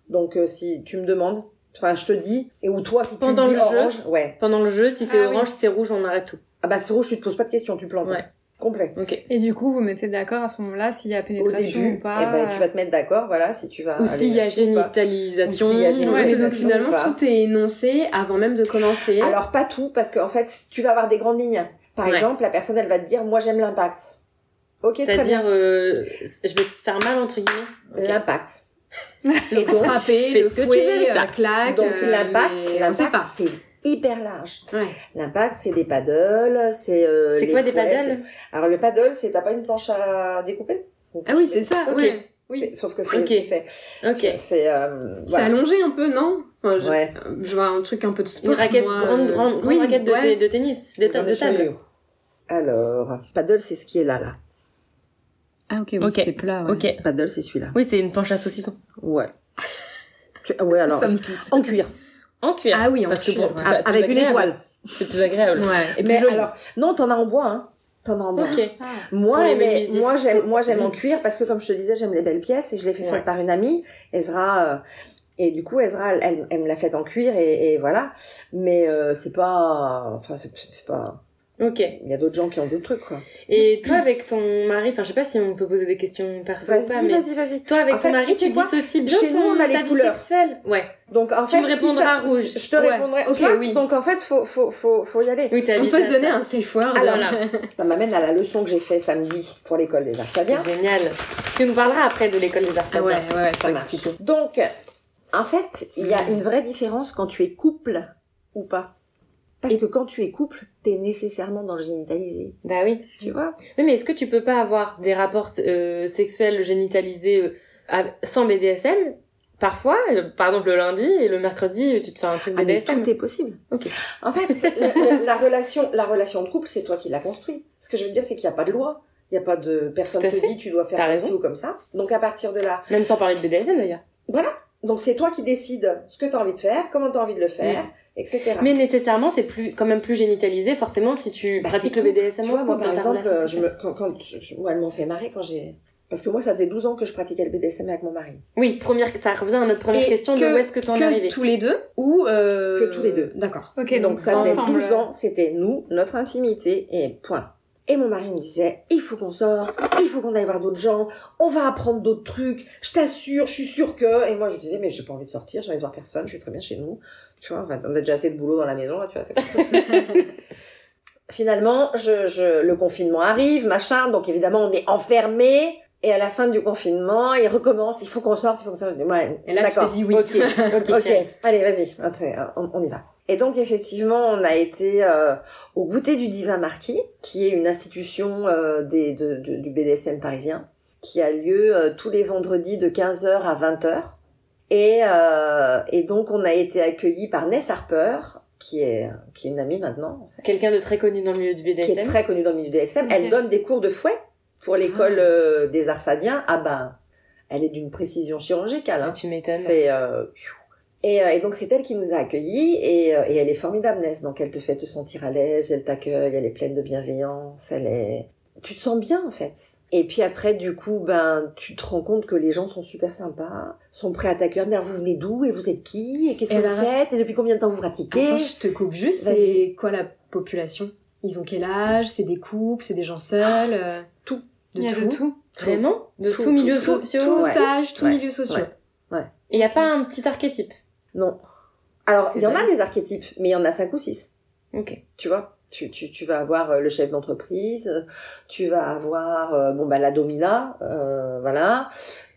Speaker 4: donc euh, si tu me demandes enfin je te dis et ou toi si
Speaker 7: Pendant
Speaker 4: tu me dis
Speaker 7: le jeu
Speaker 4: orange ouais
Speaker 7: Pendant le jeu, si c'est
Speaker 5: Ah oui.
Speaker 7: orange, si c'est rouge, on arrête tout.
Speaker 4: ah bah c'est rouge tu te poses pas de questions tu plantes hein.
Speaker 7: Ouais.
Speaker 4: complet
Speaker 7: Ok.
Speaker 5: Et du coup, vous mettez d'accord à ce moment-là s'il y a
Speaker 4: au
Speaker 5: pénétration
Speaker 4: début
Speaker 5: ou pas.
Speaker 4: eh ben, tu vas te mettre d'accord voilà si tu vas
Speaker 7: Ou
Speaker 4: aller
Speaker 7: s'il y a
Speaker 4: là-dessus ou pas.
Speaker 7: génitalisation.
Speaker 4: Ou s'il y a génitalisation.
Speaker 3: Ouais,
Speaker 5: Ouais,
Speaker 3: mais
Speaker 4: ça
Speaker 3: donc
Speaker 4: se
Speaker 3: finalement,
Speaker 4: voit pas.
Speaker 3: tout est énoncé avant même de commencer.
Speaker 4: alors pas tout parce qu'en fait tu vas avoir des grandes lignes par
Speaker 7: Ouais.
Speaker 4: exemple la personne elle va te dire moi j'aime l'impact ok très bien
Speaker 7: C'est-à-dire, euh, je vais te faire mal, entre guillemets. Ok.
Speaker 4: l'impact
Speaker 3: [LAUGHS] le frapper,
Speaker 7: fais
Speaker 3: le
Speaker 7: ce que tu
Speaker 3: fouet,
Speaker 7: veux avec ça.
Speaker 3: la claque.
Speaker 4: Donc
Speaker 3: euh,
Speaker 4: l'impact,
Speaker 3: mais on sait
Speaker 4: l'impact,
Speaker 3: pas.
Speaker 4: c'est hyper large.
Speaker 3: Ouais.
Speaker 4: L'impact, c'est des paddles, c'est. euh,
Speaker 7: C'est
Speaker 4: les
Speaker 7: quoi des
Speaker 4: fouets,
Speaker 7: paddles
Speaker 4: c'est- Alors le paddle, c'est t'as pas une planche à découper une
Speaker 3: Ah
Speaker 4: planche à
Speaker 3: oui, c'est ça.
Speaker 7: Ok.
Speaker 3: ouais.
Speaker 4: découper.
Speaker 7: Oui.
Speaker 4: C'est- Sauf que c'est
Speaker 7: Ok.
Speaker 4: c'est fait.
Speaker 7: Ok.
Speaker 4: C'est. euh,
Speaker 3: C'est
Speaker 4: voilà.
Speaker 3: allongé un peu, non Enfin, je,
Speaker 4: Ouais.
Speaker 3: je vois un truc un peu de sport.
Speaker 7: Une raquette,
Speaker 3: moi,
Speaker 7: grande,
Speaker 3: euh,
Speaker 7: grande, grande
Speaker 3: oui,
Speaker 7: raquette de,
Speaker 3: ouais.
Speaker 7: t- de tennis, de, ta- de table.
Speaker 4: Alors, paddle, c'est ce qui est là, là.
Speaker 8: Ah ok, oui,
Speaker 7: Ok.
Speaker 8: c'est plat. ouais.
Speaker 7: Ok.
Speaker 4: Paddle, c'est celui-là.
Speaker 7: Oui, c'est une planche à saucisson. [LAUGHS]
Speaker 4: Ouais. Tu- ah Ouais, alors.
Speaker 3: Somme toute.
Speaker 4: En cuir,
Speaker 7: En cuir.
Speaker 3: Ah oui, en
Speaker 7: Parce que
Speaker 3: cuir,
Speaker 7: pour-
Speaker 3: ouais.
Speaker 7: ça,
Speaker 4: a-
Speaker 7: plus
Speaker 4: avec une
Speaker 7: agréable.
Speaker 4: étoile.
Speaker 7: C'est plus agréable.
Speaker 3: Ouais.
Speaker 7: Et plus
Speaker 4: Mais
Speaker 7: joli.
Speaker 4: alors, non, t'en as en bois, hein. T'en as en bois.
Speaker 7: Ok. Pour
Speaker 4: Moi,
Speaker 7: les
Speaker 4: mais-
Speaker 7: menuisiers.
Speaker 4: moi j'aime, moi j'aime en
Speaker 7: Mhm.
Speaker 4: cuir parce que comme je te disais, j'aime les belles pièces et je l'ai fait
Speaker 7: Ouais.
Speaker 4: faire par une amie, Ezra. euh, et du coup, Ezra, elle, elle, elle me l'a faite en cuir et, et voilà. Mais euh, c'est pas, enfin c'est c'est pas.
Speaker 7: Ok.
Speaker 4: Il y a d'autres gens qui ont d'autres trucs, quoi.
Speaker 7: Et toi, avec ton mari, enfin, je sais pas si on peut poser des questions perso ou pas,
Speaker 4: Vas-y,
Speaker 7: mais
Speaker 4: vas-y, vas-y.
Speaker 7: toi, avec
Speaker 4: En
Speaker 7: ton
Speaker 4: fait,
Speaker 7: mari,
Speaker 4: tu sais
Speaker 7: tu
Speaker 4: quoi
Speaker 7: dissocies bien
Speaker 4: Chez
Speaker 7: ton,
Speaker 4: nous, on a les
Speaker 7: ta vie
Speaker 4: couleurs.
Speaker 7: sexuelle. Ouais.
Speaker 4: Donc, en
Speaker 7: Tu
Speaker 4: fait,
Speaker 7: me
Speaker 4: si
Speaker 7: répondras
Speaker 4: ça-
Speaker 7: rouge.
Speaker 4: Je te
Speaker 3: Ouais.
Speaker 4: répondrai.
Speaker 3: Ok,
Speaker 4: tu vois
Speaker 3: oui.
Speaker 4: Donc, en fait, faut, faut, faut, faut y aller.
Speaker 7: Oui, t'as
Speaker 3: On
Speaker 7: vu
Speaker 3: peut
Speaker 7: ça,
Speaker 3: se donner
Speaker 7: ça.
Speaker 3: un safe word. euh,
Speaker 7: Ah là là.
Speaker 4: Ça m'amène à la leçon que j'ai fait samedi pour l'école des arts. Ça vient
Speaker 7: C'est génial. Tu nous parleras après de l'école des arts.
Speaker 3: Ah ouais, ouais, ouais, faut
Speaker 4: Ça marche.
Speaker 3: expliquer.
Speaker 4: Donc, en fait, il y a une vraie différence quand tu es couple ou pas. Parce que quand tu es couple, t'es nécessairement dans le génitalisé.
Speaker 7: Bah oui.
Speaker 4: Tu vois
Speaker 7: Oui, mais est-ce que tu peux pas avoir des rapports euh, sexuels génitalisés euh, à- sans BDSM Parfois, euh, par exemple le lundi et le mercredi, euh, tu te fais un truc
Speaker 4: Ah, mais
Speaker 7: BDSM.
Speaker 4: tout est possible.
Speaker 7: Ok.
Speaker 4: En fait, la, la- la relation, la relation de couple, c'est toi qui l'as construite. Ce que je veux dire, c'est qu'il n'y a pas de loi. Il n'y a pas de personne
Speaker 7: Tout à
Speaker 4: qui te
Speaker 7: fait.
Speaker 4: dit tu dois faire
Speaker 7: T'as
Speaker 4: comme
Speaker 7: raison.
Speaker 4: ci ou comme ça. Donc à partir de là,
Speaker 7: Même sans parler de BDSM d'ailleurs.
Speaker 4: donc c'est toi qui décides ce que tu as envie de faire, comment tu as envie de le faire, etc.
Speaker 7: Mais nécessairement, c'est plus quand même plus génitalisé forcément si tu
Speaker 4: Bah,
Speaker 7: pratiques
Speaker 4: t'es
Speaker 7: le
Speaker 4: con.
Speaker 7: BDSM.
Speaker 4: Tu
Speaker 7: en
Speaker 4: vois, moi,
Speaker 7: couple,
Speaker 4: par
Speaker 7: dans ta
Speaker 4: exemple,
Speaker 7: relation
Speaker 4: euh, je me, quand, quand je- je- moi, elles m'ont fait marrer quand j'ai... Parce que moi, ça faisait 12 ans que je pratiquais le BDSM avec mon mari.
Speaker 7: Oui, première, ça revient à notre première
Speaker 3: Et
Speaker 7: question de
Speaker 3: que-
Speaker 7: où est-ce que t'en es
Speaker 3: Que
Speaker 7: arrivé.
Speaker 3: tous les deux ou euh,
Speaker 4: Que tous les deux.
Speaker 3: D'accord.
Speaker 5: Ok,
Speaker 4: Donc, ça faisait
Speaker 5: ensemble.
Speaker 4: 12 ans, c'était nous, notre intimité, et point. Et mon mari me disait, il faut qu'on sorte, il faut qu'on aille voir d'autres gens, on va apprendre d'autres trucs, je t'assure, je suis sûre que... Et moi, je disais, mais j'ai pas envie de sortir, j'ai envie de voir personne, je suis très bien chez nous. Tu vois, enfin, on a déjà assez de boulot dans la maison, là, tu vois, c'est bon.
Speaker 3: [LAUGHS]
Speaker 4: Finalement, je, je- le confinement arrive, machin, donc évidemment, on est enfermés. Et à la fin du confinement, il recommence, il faut qu'on sorte, il faut qu'on sorte. Je dis, Ouais,
Speaker 3: Et là, tu t'es
Speaker 4: d'accord.
Speaker 3: dit oui.
Speaker 7: Ok, ok,
Speaker 4: [LAUGHS] Ok,
Speaker 7: chérie.
Speaker 4: allez, vas-y, attends, on, on y va. Et donc, effectivement, on a été euh, au goûter du Divin Marquis, qui est une institution euh, des, de- de- du BDSM parisien, qui a lieu euh, tous les vendredis de 15h à 20h. Et, euh, et donc, on a été accueillis par Ness Harper, qui est, qui est une amie maintenant,
Speaker 7: Quelqu'un de très connu dans le milieu du
Speaker 4: qui est
Speaker 7: BDSM.
Speaker 4: très connue dans le milieu du BDSM. Elle
Speaker 5: Ok.
Speaker 4: donne des cours de fouet pour l'école euh, des Arsadiens. Ah ben, elle est d'une précision chirurgicale. hein.
Speaker 7: Ah, Tu m'étonnes.
Speaker 4: C'est euh, pfiou. et, euh, et donc c'est elle qui nous a accueillis et, euh, et elle est formidable Ness. Donc elle te fait te sentir à l'aise, elle t'accueille, elle est pleine de bienveillance, elle est tu te sens bien en fait. Et puis après du coup ben tu te rends compte que les gens sont super sympas, sont prêts à t'accueillir. Mais alors vous venez d'où et vous êtes qui et qu'est-ce que
Speaker 3: Et
Speaker 4: vous
Speaker 3: alors-
Speaker 4: faites et depuis combien de temps vous pratiquez
Speaker 3: Eh ben, Attends, je te coupe juste.
Speaker 4: Vas-y.
Speaker 3: C'est quoi la population Ils ont quel âge C'est des couples C'est des gens seuls euh,
Speaker 4: tout.
Speaker 3: De
Speaker 5: Il y a
Speaker 3: tout.
Speaker 5: de tout.
Speaker 7: Vraiment De
Speaker 4: Tout,
Speaker 7: tous milieux
Speaker 3: Tout-
Speaker 7: sociaux.
Speaker 3: Tout
Speaker 4: ouais.
Speaker 3: âge, tout
Speaker 4: Ouais.
Speaker 3: milieu social.
Speaker 4: Ouais.
Speaker 7: Et il n'y a pas un petit archétype.
Speaker 4: Non. Alors
Speaker 3: C'est
Speaker 4: il y en a des archétypes, mais il y en a cinq ou six.
Speaker 7: Ok.
Speaker 4: Tu vois, tu, tu, tu vas avoir euh, le chef d'entreprise, euh, tu vas avoir euh, bon bah la domina, euh, voilà.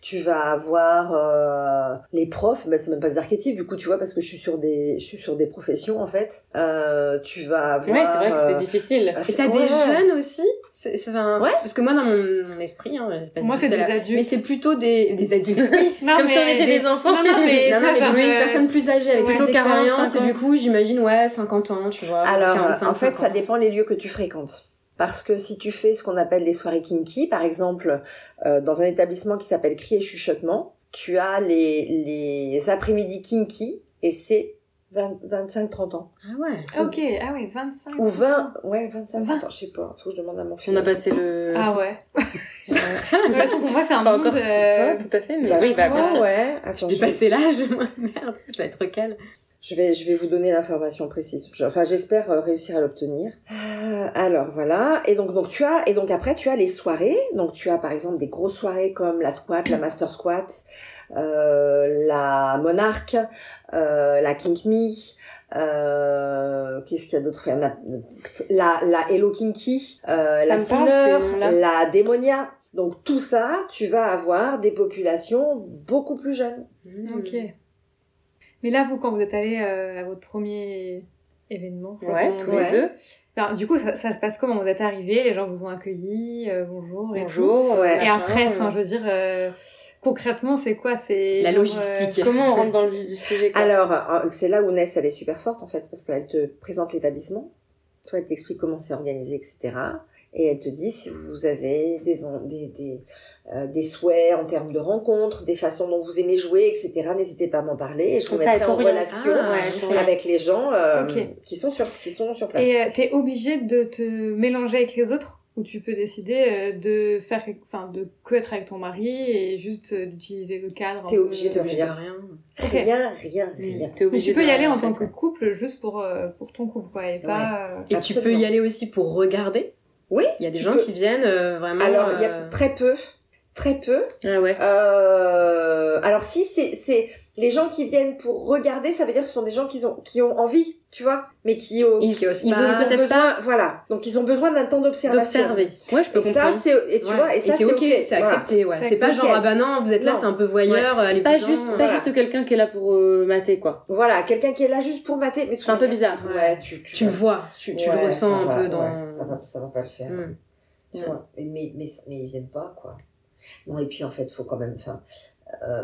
Speaker 4: Tu vas avoir euh, les profs, bah, c'est même pas des archétypes du coup tu vois parce que je suis sur des je suis sur des professions en fait. Euh, tu vas avoir.
Speaker 7: Ouais, c'est vrai que
Speaker 4: euh,
Speaker 7: c'est difficile.
Speaker 4: bah,
Speaker 3: Et
Speaker 4: c'est-
Speaker 3: t'as
Speaker 4: ouais.
Speaker 3: des jeunes aussi C'est- c'est- enfin,
Speaker 4: Ouais.
Speaker 3: Parce que moi, dans mon, mon esprit, hein, je sais pas
Speaker 5: Moi,
Speaker 3: du
Speaker 5: c'est
Speaker 3: tout,
Speaker 5: des
Speaker 3: la-
Speaker 5: adultes.
Speaker 3: Mais c'est plutôt des, des adultes, oui.
Speaker 5: Non,
Speaker 7: Comme si on
Speaker 5: mais
Speaker 7: était des enfants.
Speaker 5: Non, non, [LAUGHS] mais,
Speaker 3: non,
Speaker 5: tu vois,
Speaker 3: non, mais
Speaker 5: genre,
Speaker 3: mais une
Speaker 5: euh,
Speaker 3: personne plus âgée, avec
Speaker 5: ouais,
Speaker 3: plutôt
Speaker 5: des
Speaker 3: 40 ans,
Speaker 5: 50.
Speaker 3: du coup, j'imagine, ouais, 50 ans, tu vois.
Speaker 4: Alors
Speaker 3: 45,
Speaker 4: en fait ça
Speaker 3: 50.
Speaker 4: dépend les lieux que tu fréquentes. Parce que si tu fais ce qu'on appelle les soirées kinky, par exemple, euh, dans un établissement qui s'appelle Cri et Chuchotement, tu as les, les après-midi kinky et c'est 25-30 ans.
Speaker 3: Ah ouais.
Speaker 5: Ah, Ok, ah ouais, 25.
Speaker 4: Ou 20, ouais, 25,
Speaker 5: 20.
Speaker 4: attends, je sais pas, faut que je demande à mon fils.
Speaker 7: On a passé le. [LAUGHS]
Speaker 5: Ah ouais. [LAUGHS] Ouais, pour moi, c'est un
Speaker 7: Pas
Speaker 5: monde...
Speaker 7: encore
Speaker 5: euh,
Speaker 7: toi, Ah, tout à fait, mais
Speaker 4: Bah,
Speaker 7: oui,
Speaker 4: je
Speaker 7: bah,
Speaker 4: crois,
Speaker 7: bien sûr.
Speaker 4: ouais. Attends,
Speaker 3: J'ai
Speaker 4: je, vais,
Speaker 3: dépassé l'âge, moi, merde, je vais être calme.
Speaker 4: je, vais, je vais vous donner l'information précise. Je- enfin, j'espère euh, réussir à l'obtenir. Euh, alors, voilà. Et donc, donc, tu as, et donc après, tu as les soirées. Donc, tu as, par exemple, des grosses soirées comme la squat, la master squat, euh, la monarque, euh, la kink me, euh, qu'est-ce qu'il y a d'autre Enfin, il y en a- la, la Hello Kinky, euh, la
Speaker 7: me parle, ces
Speaker 4: Sinner,
Speaker 7: noms-là.
Speaker 4: la Démonia. Donc tout ça, tu vas avoir des populations beaucoup plus jeunes.
Speaker 5: Ok. Mais là, vous, quand vous êtes allé euh, à votre premier événement, je crois
Speaker 7: Ouais,
Speaker 5: qu'on
Speaker 7: tous
Speaker 5: dit-
Speaker 7: les deux.
Speaker 5: Enfin, du coup, ça, ça se passe comment Vous êtes arrivés, les gens vous ont accueillis, euh, bonjour et
Speaker 7: Bonjour.
Speaker 5: tout.
Speaker 4: Ouais.
Speaker 5: Et après,
Speaker 7: machin,
Speaker 5: enfin, je veux dire, euh, concrètement, c'est quoi C'est
Speaker 3: La
Speaker 5: genre, euh,
Speaker 3: logistique.
Speaker 7: euh, Comment on rentre dans le vif du sujet quoi
Speaker 4: Alors euh, c'est là où Ness elle est super forte en fait parce qu'elle te présente l'établissement, toi elle t'explique comment c'est organisé etc. Et elle te dit si vous avez des en- des des, euh, des souhaits en termes de rencontres, des façons dont vous aimez jouer etc. N'hésitez pas à m'en parler et je
Speaker 7: Comme
Speaker 4: vous
Speaker 7: ça,
Speaker 4: mettrai
Speaker 7: elle
Speaker 4: en
Speaker 7: t'oriente.
Speaker 4: relation
Speaker 3: Ah,
Speaker 7: elle t'oriente.
Speaker 4: avec les gens euh,
Speaker 5: Ok.
Speaker 4: qui sont sur qui sont sur place.
Speaker 5: Et euh, t'es obligé de te mélanger avec les autres ou où tu peux décider euh, de faire, enfin, de que être avec ton mari et juste euh, d'utiliser le cadre. un
Speaker 4: T'es
Speaker 5: peu.
Speaker 4: obligé de
Speaker 3: J'ai
Speaker 4: rien.
Speaker 3: rien.
Speaker 5: Ok.
Speaker 4: Rien, rien, rien.
Speaker 7: T'es
Speaker 5: Mais
Speaker 7: obligé
Speaker 5: tu peux y
Speaker 7: de-
Speaker 5: aller en tant que couple, juste pour, euh, pour ton couple, quoi, et pas... euh,
Speaker 3: Et tu
Speaker 4: Absolument.
Speaker 3: peux y aller aussi pour regarder.
Speaker 4: Oui,
Speaker 3: Il y a des
Speaker 4: tu
Speaker 3: gens
Speaker 4: peux.
Speaker 3: qui viennent euh, vraiment.
Speaker 4: Alors, il y a
Speaker 3: euh,
Speaker 4: très peu, très peu.
Speaker 3: Ah ouais.
Speaker 4: Euh, alors, si c'est, c'est les gens qui viennent pour regarder, ça veut dire que ce sont des gens qui ont, qui ont envie, tu vois, mais qui, ont-
Speaker 3: Ils-
Speaker 4: qui osent
Speaker 3: ils
Speaker 4: pas,
Speaker 3: osent
Speaker 4: ont
Speaker 3: peut-être
Speaker 4: besoin, voilà. Donc, ils ont besoin d'un temps d'observation.
Speaker 3: D'observer. Ouais, je peux
Speaker 4: Et ça,
Speaker 3: comprendre.
Speaker 4: c'est, et tu
Speaker 3: Ouais.
Speaker 4: vois, et, ça,
Speaker 3: c'est ok, c'est
Speaker 4: Voilà.
Speaker 3: accepté, ouais.
Speaker 5: C'est
Speaker 3: C'est pas
Speaker 4: accepté.
Speaker 3: genre, ah bah non, vous êtes là,
Speaker 4: Non.
Speaker 3: c'est un peu voyeur, allez
Speaker 7: Pas
Speaker 3: vous-en.
Speaker 7: juste, pas
Speaker 4: Voilà.
Speaker 7: juste quelqu'un qui est là pour euh, mater, quoi.
Speaker 4: Voilà, quelqu'un qui est là juste pour mater. Mais de toute
Speaker 7: C'est un peu
Speaker 4: manière,
Speaker 7: bizarre.
Speaker 4: tu- Ouais, tu, tu,
Speaker 3: Tu le vois, tu, tu
Speaker 4: Ouais,
Speaker 3: le ressens
Speaker 4: ça
Speaker 3: un
Speaker 4: va,
Speaker 3: peu dans.
Speaker 4: ouais, ça, va, ça va pas le faire.
Speaker 3: Hmm.
Speaker 4: Tu
Speaker 3: Hmm.
Speaker 4: vois, mais, mais, mais, mais ils viennent pas, quoi. Non, et puis en fait, faut quand même. Enfin, euh,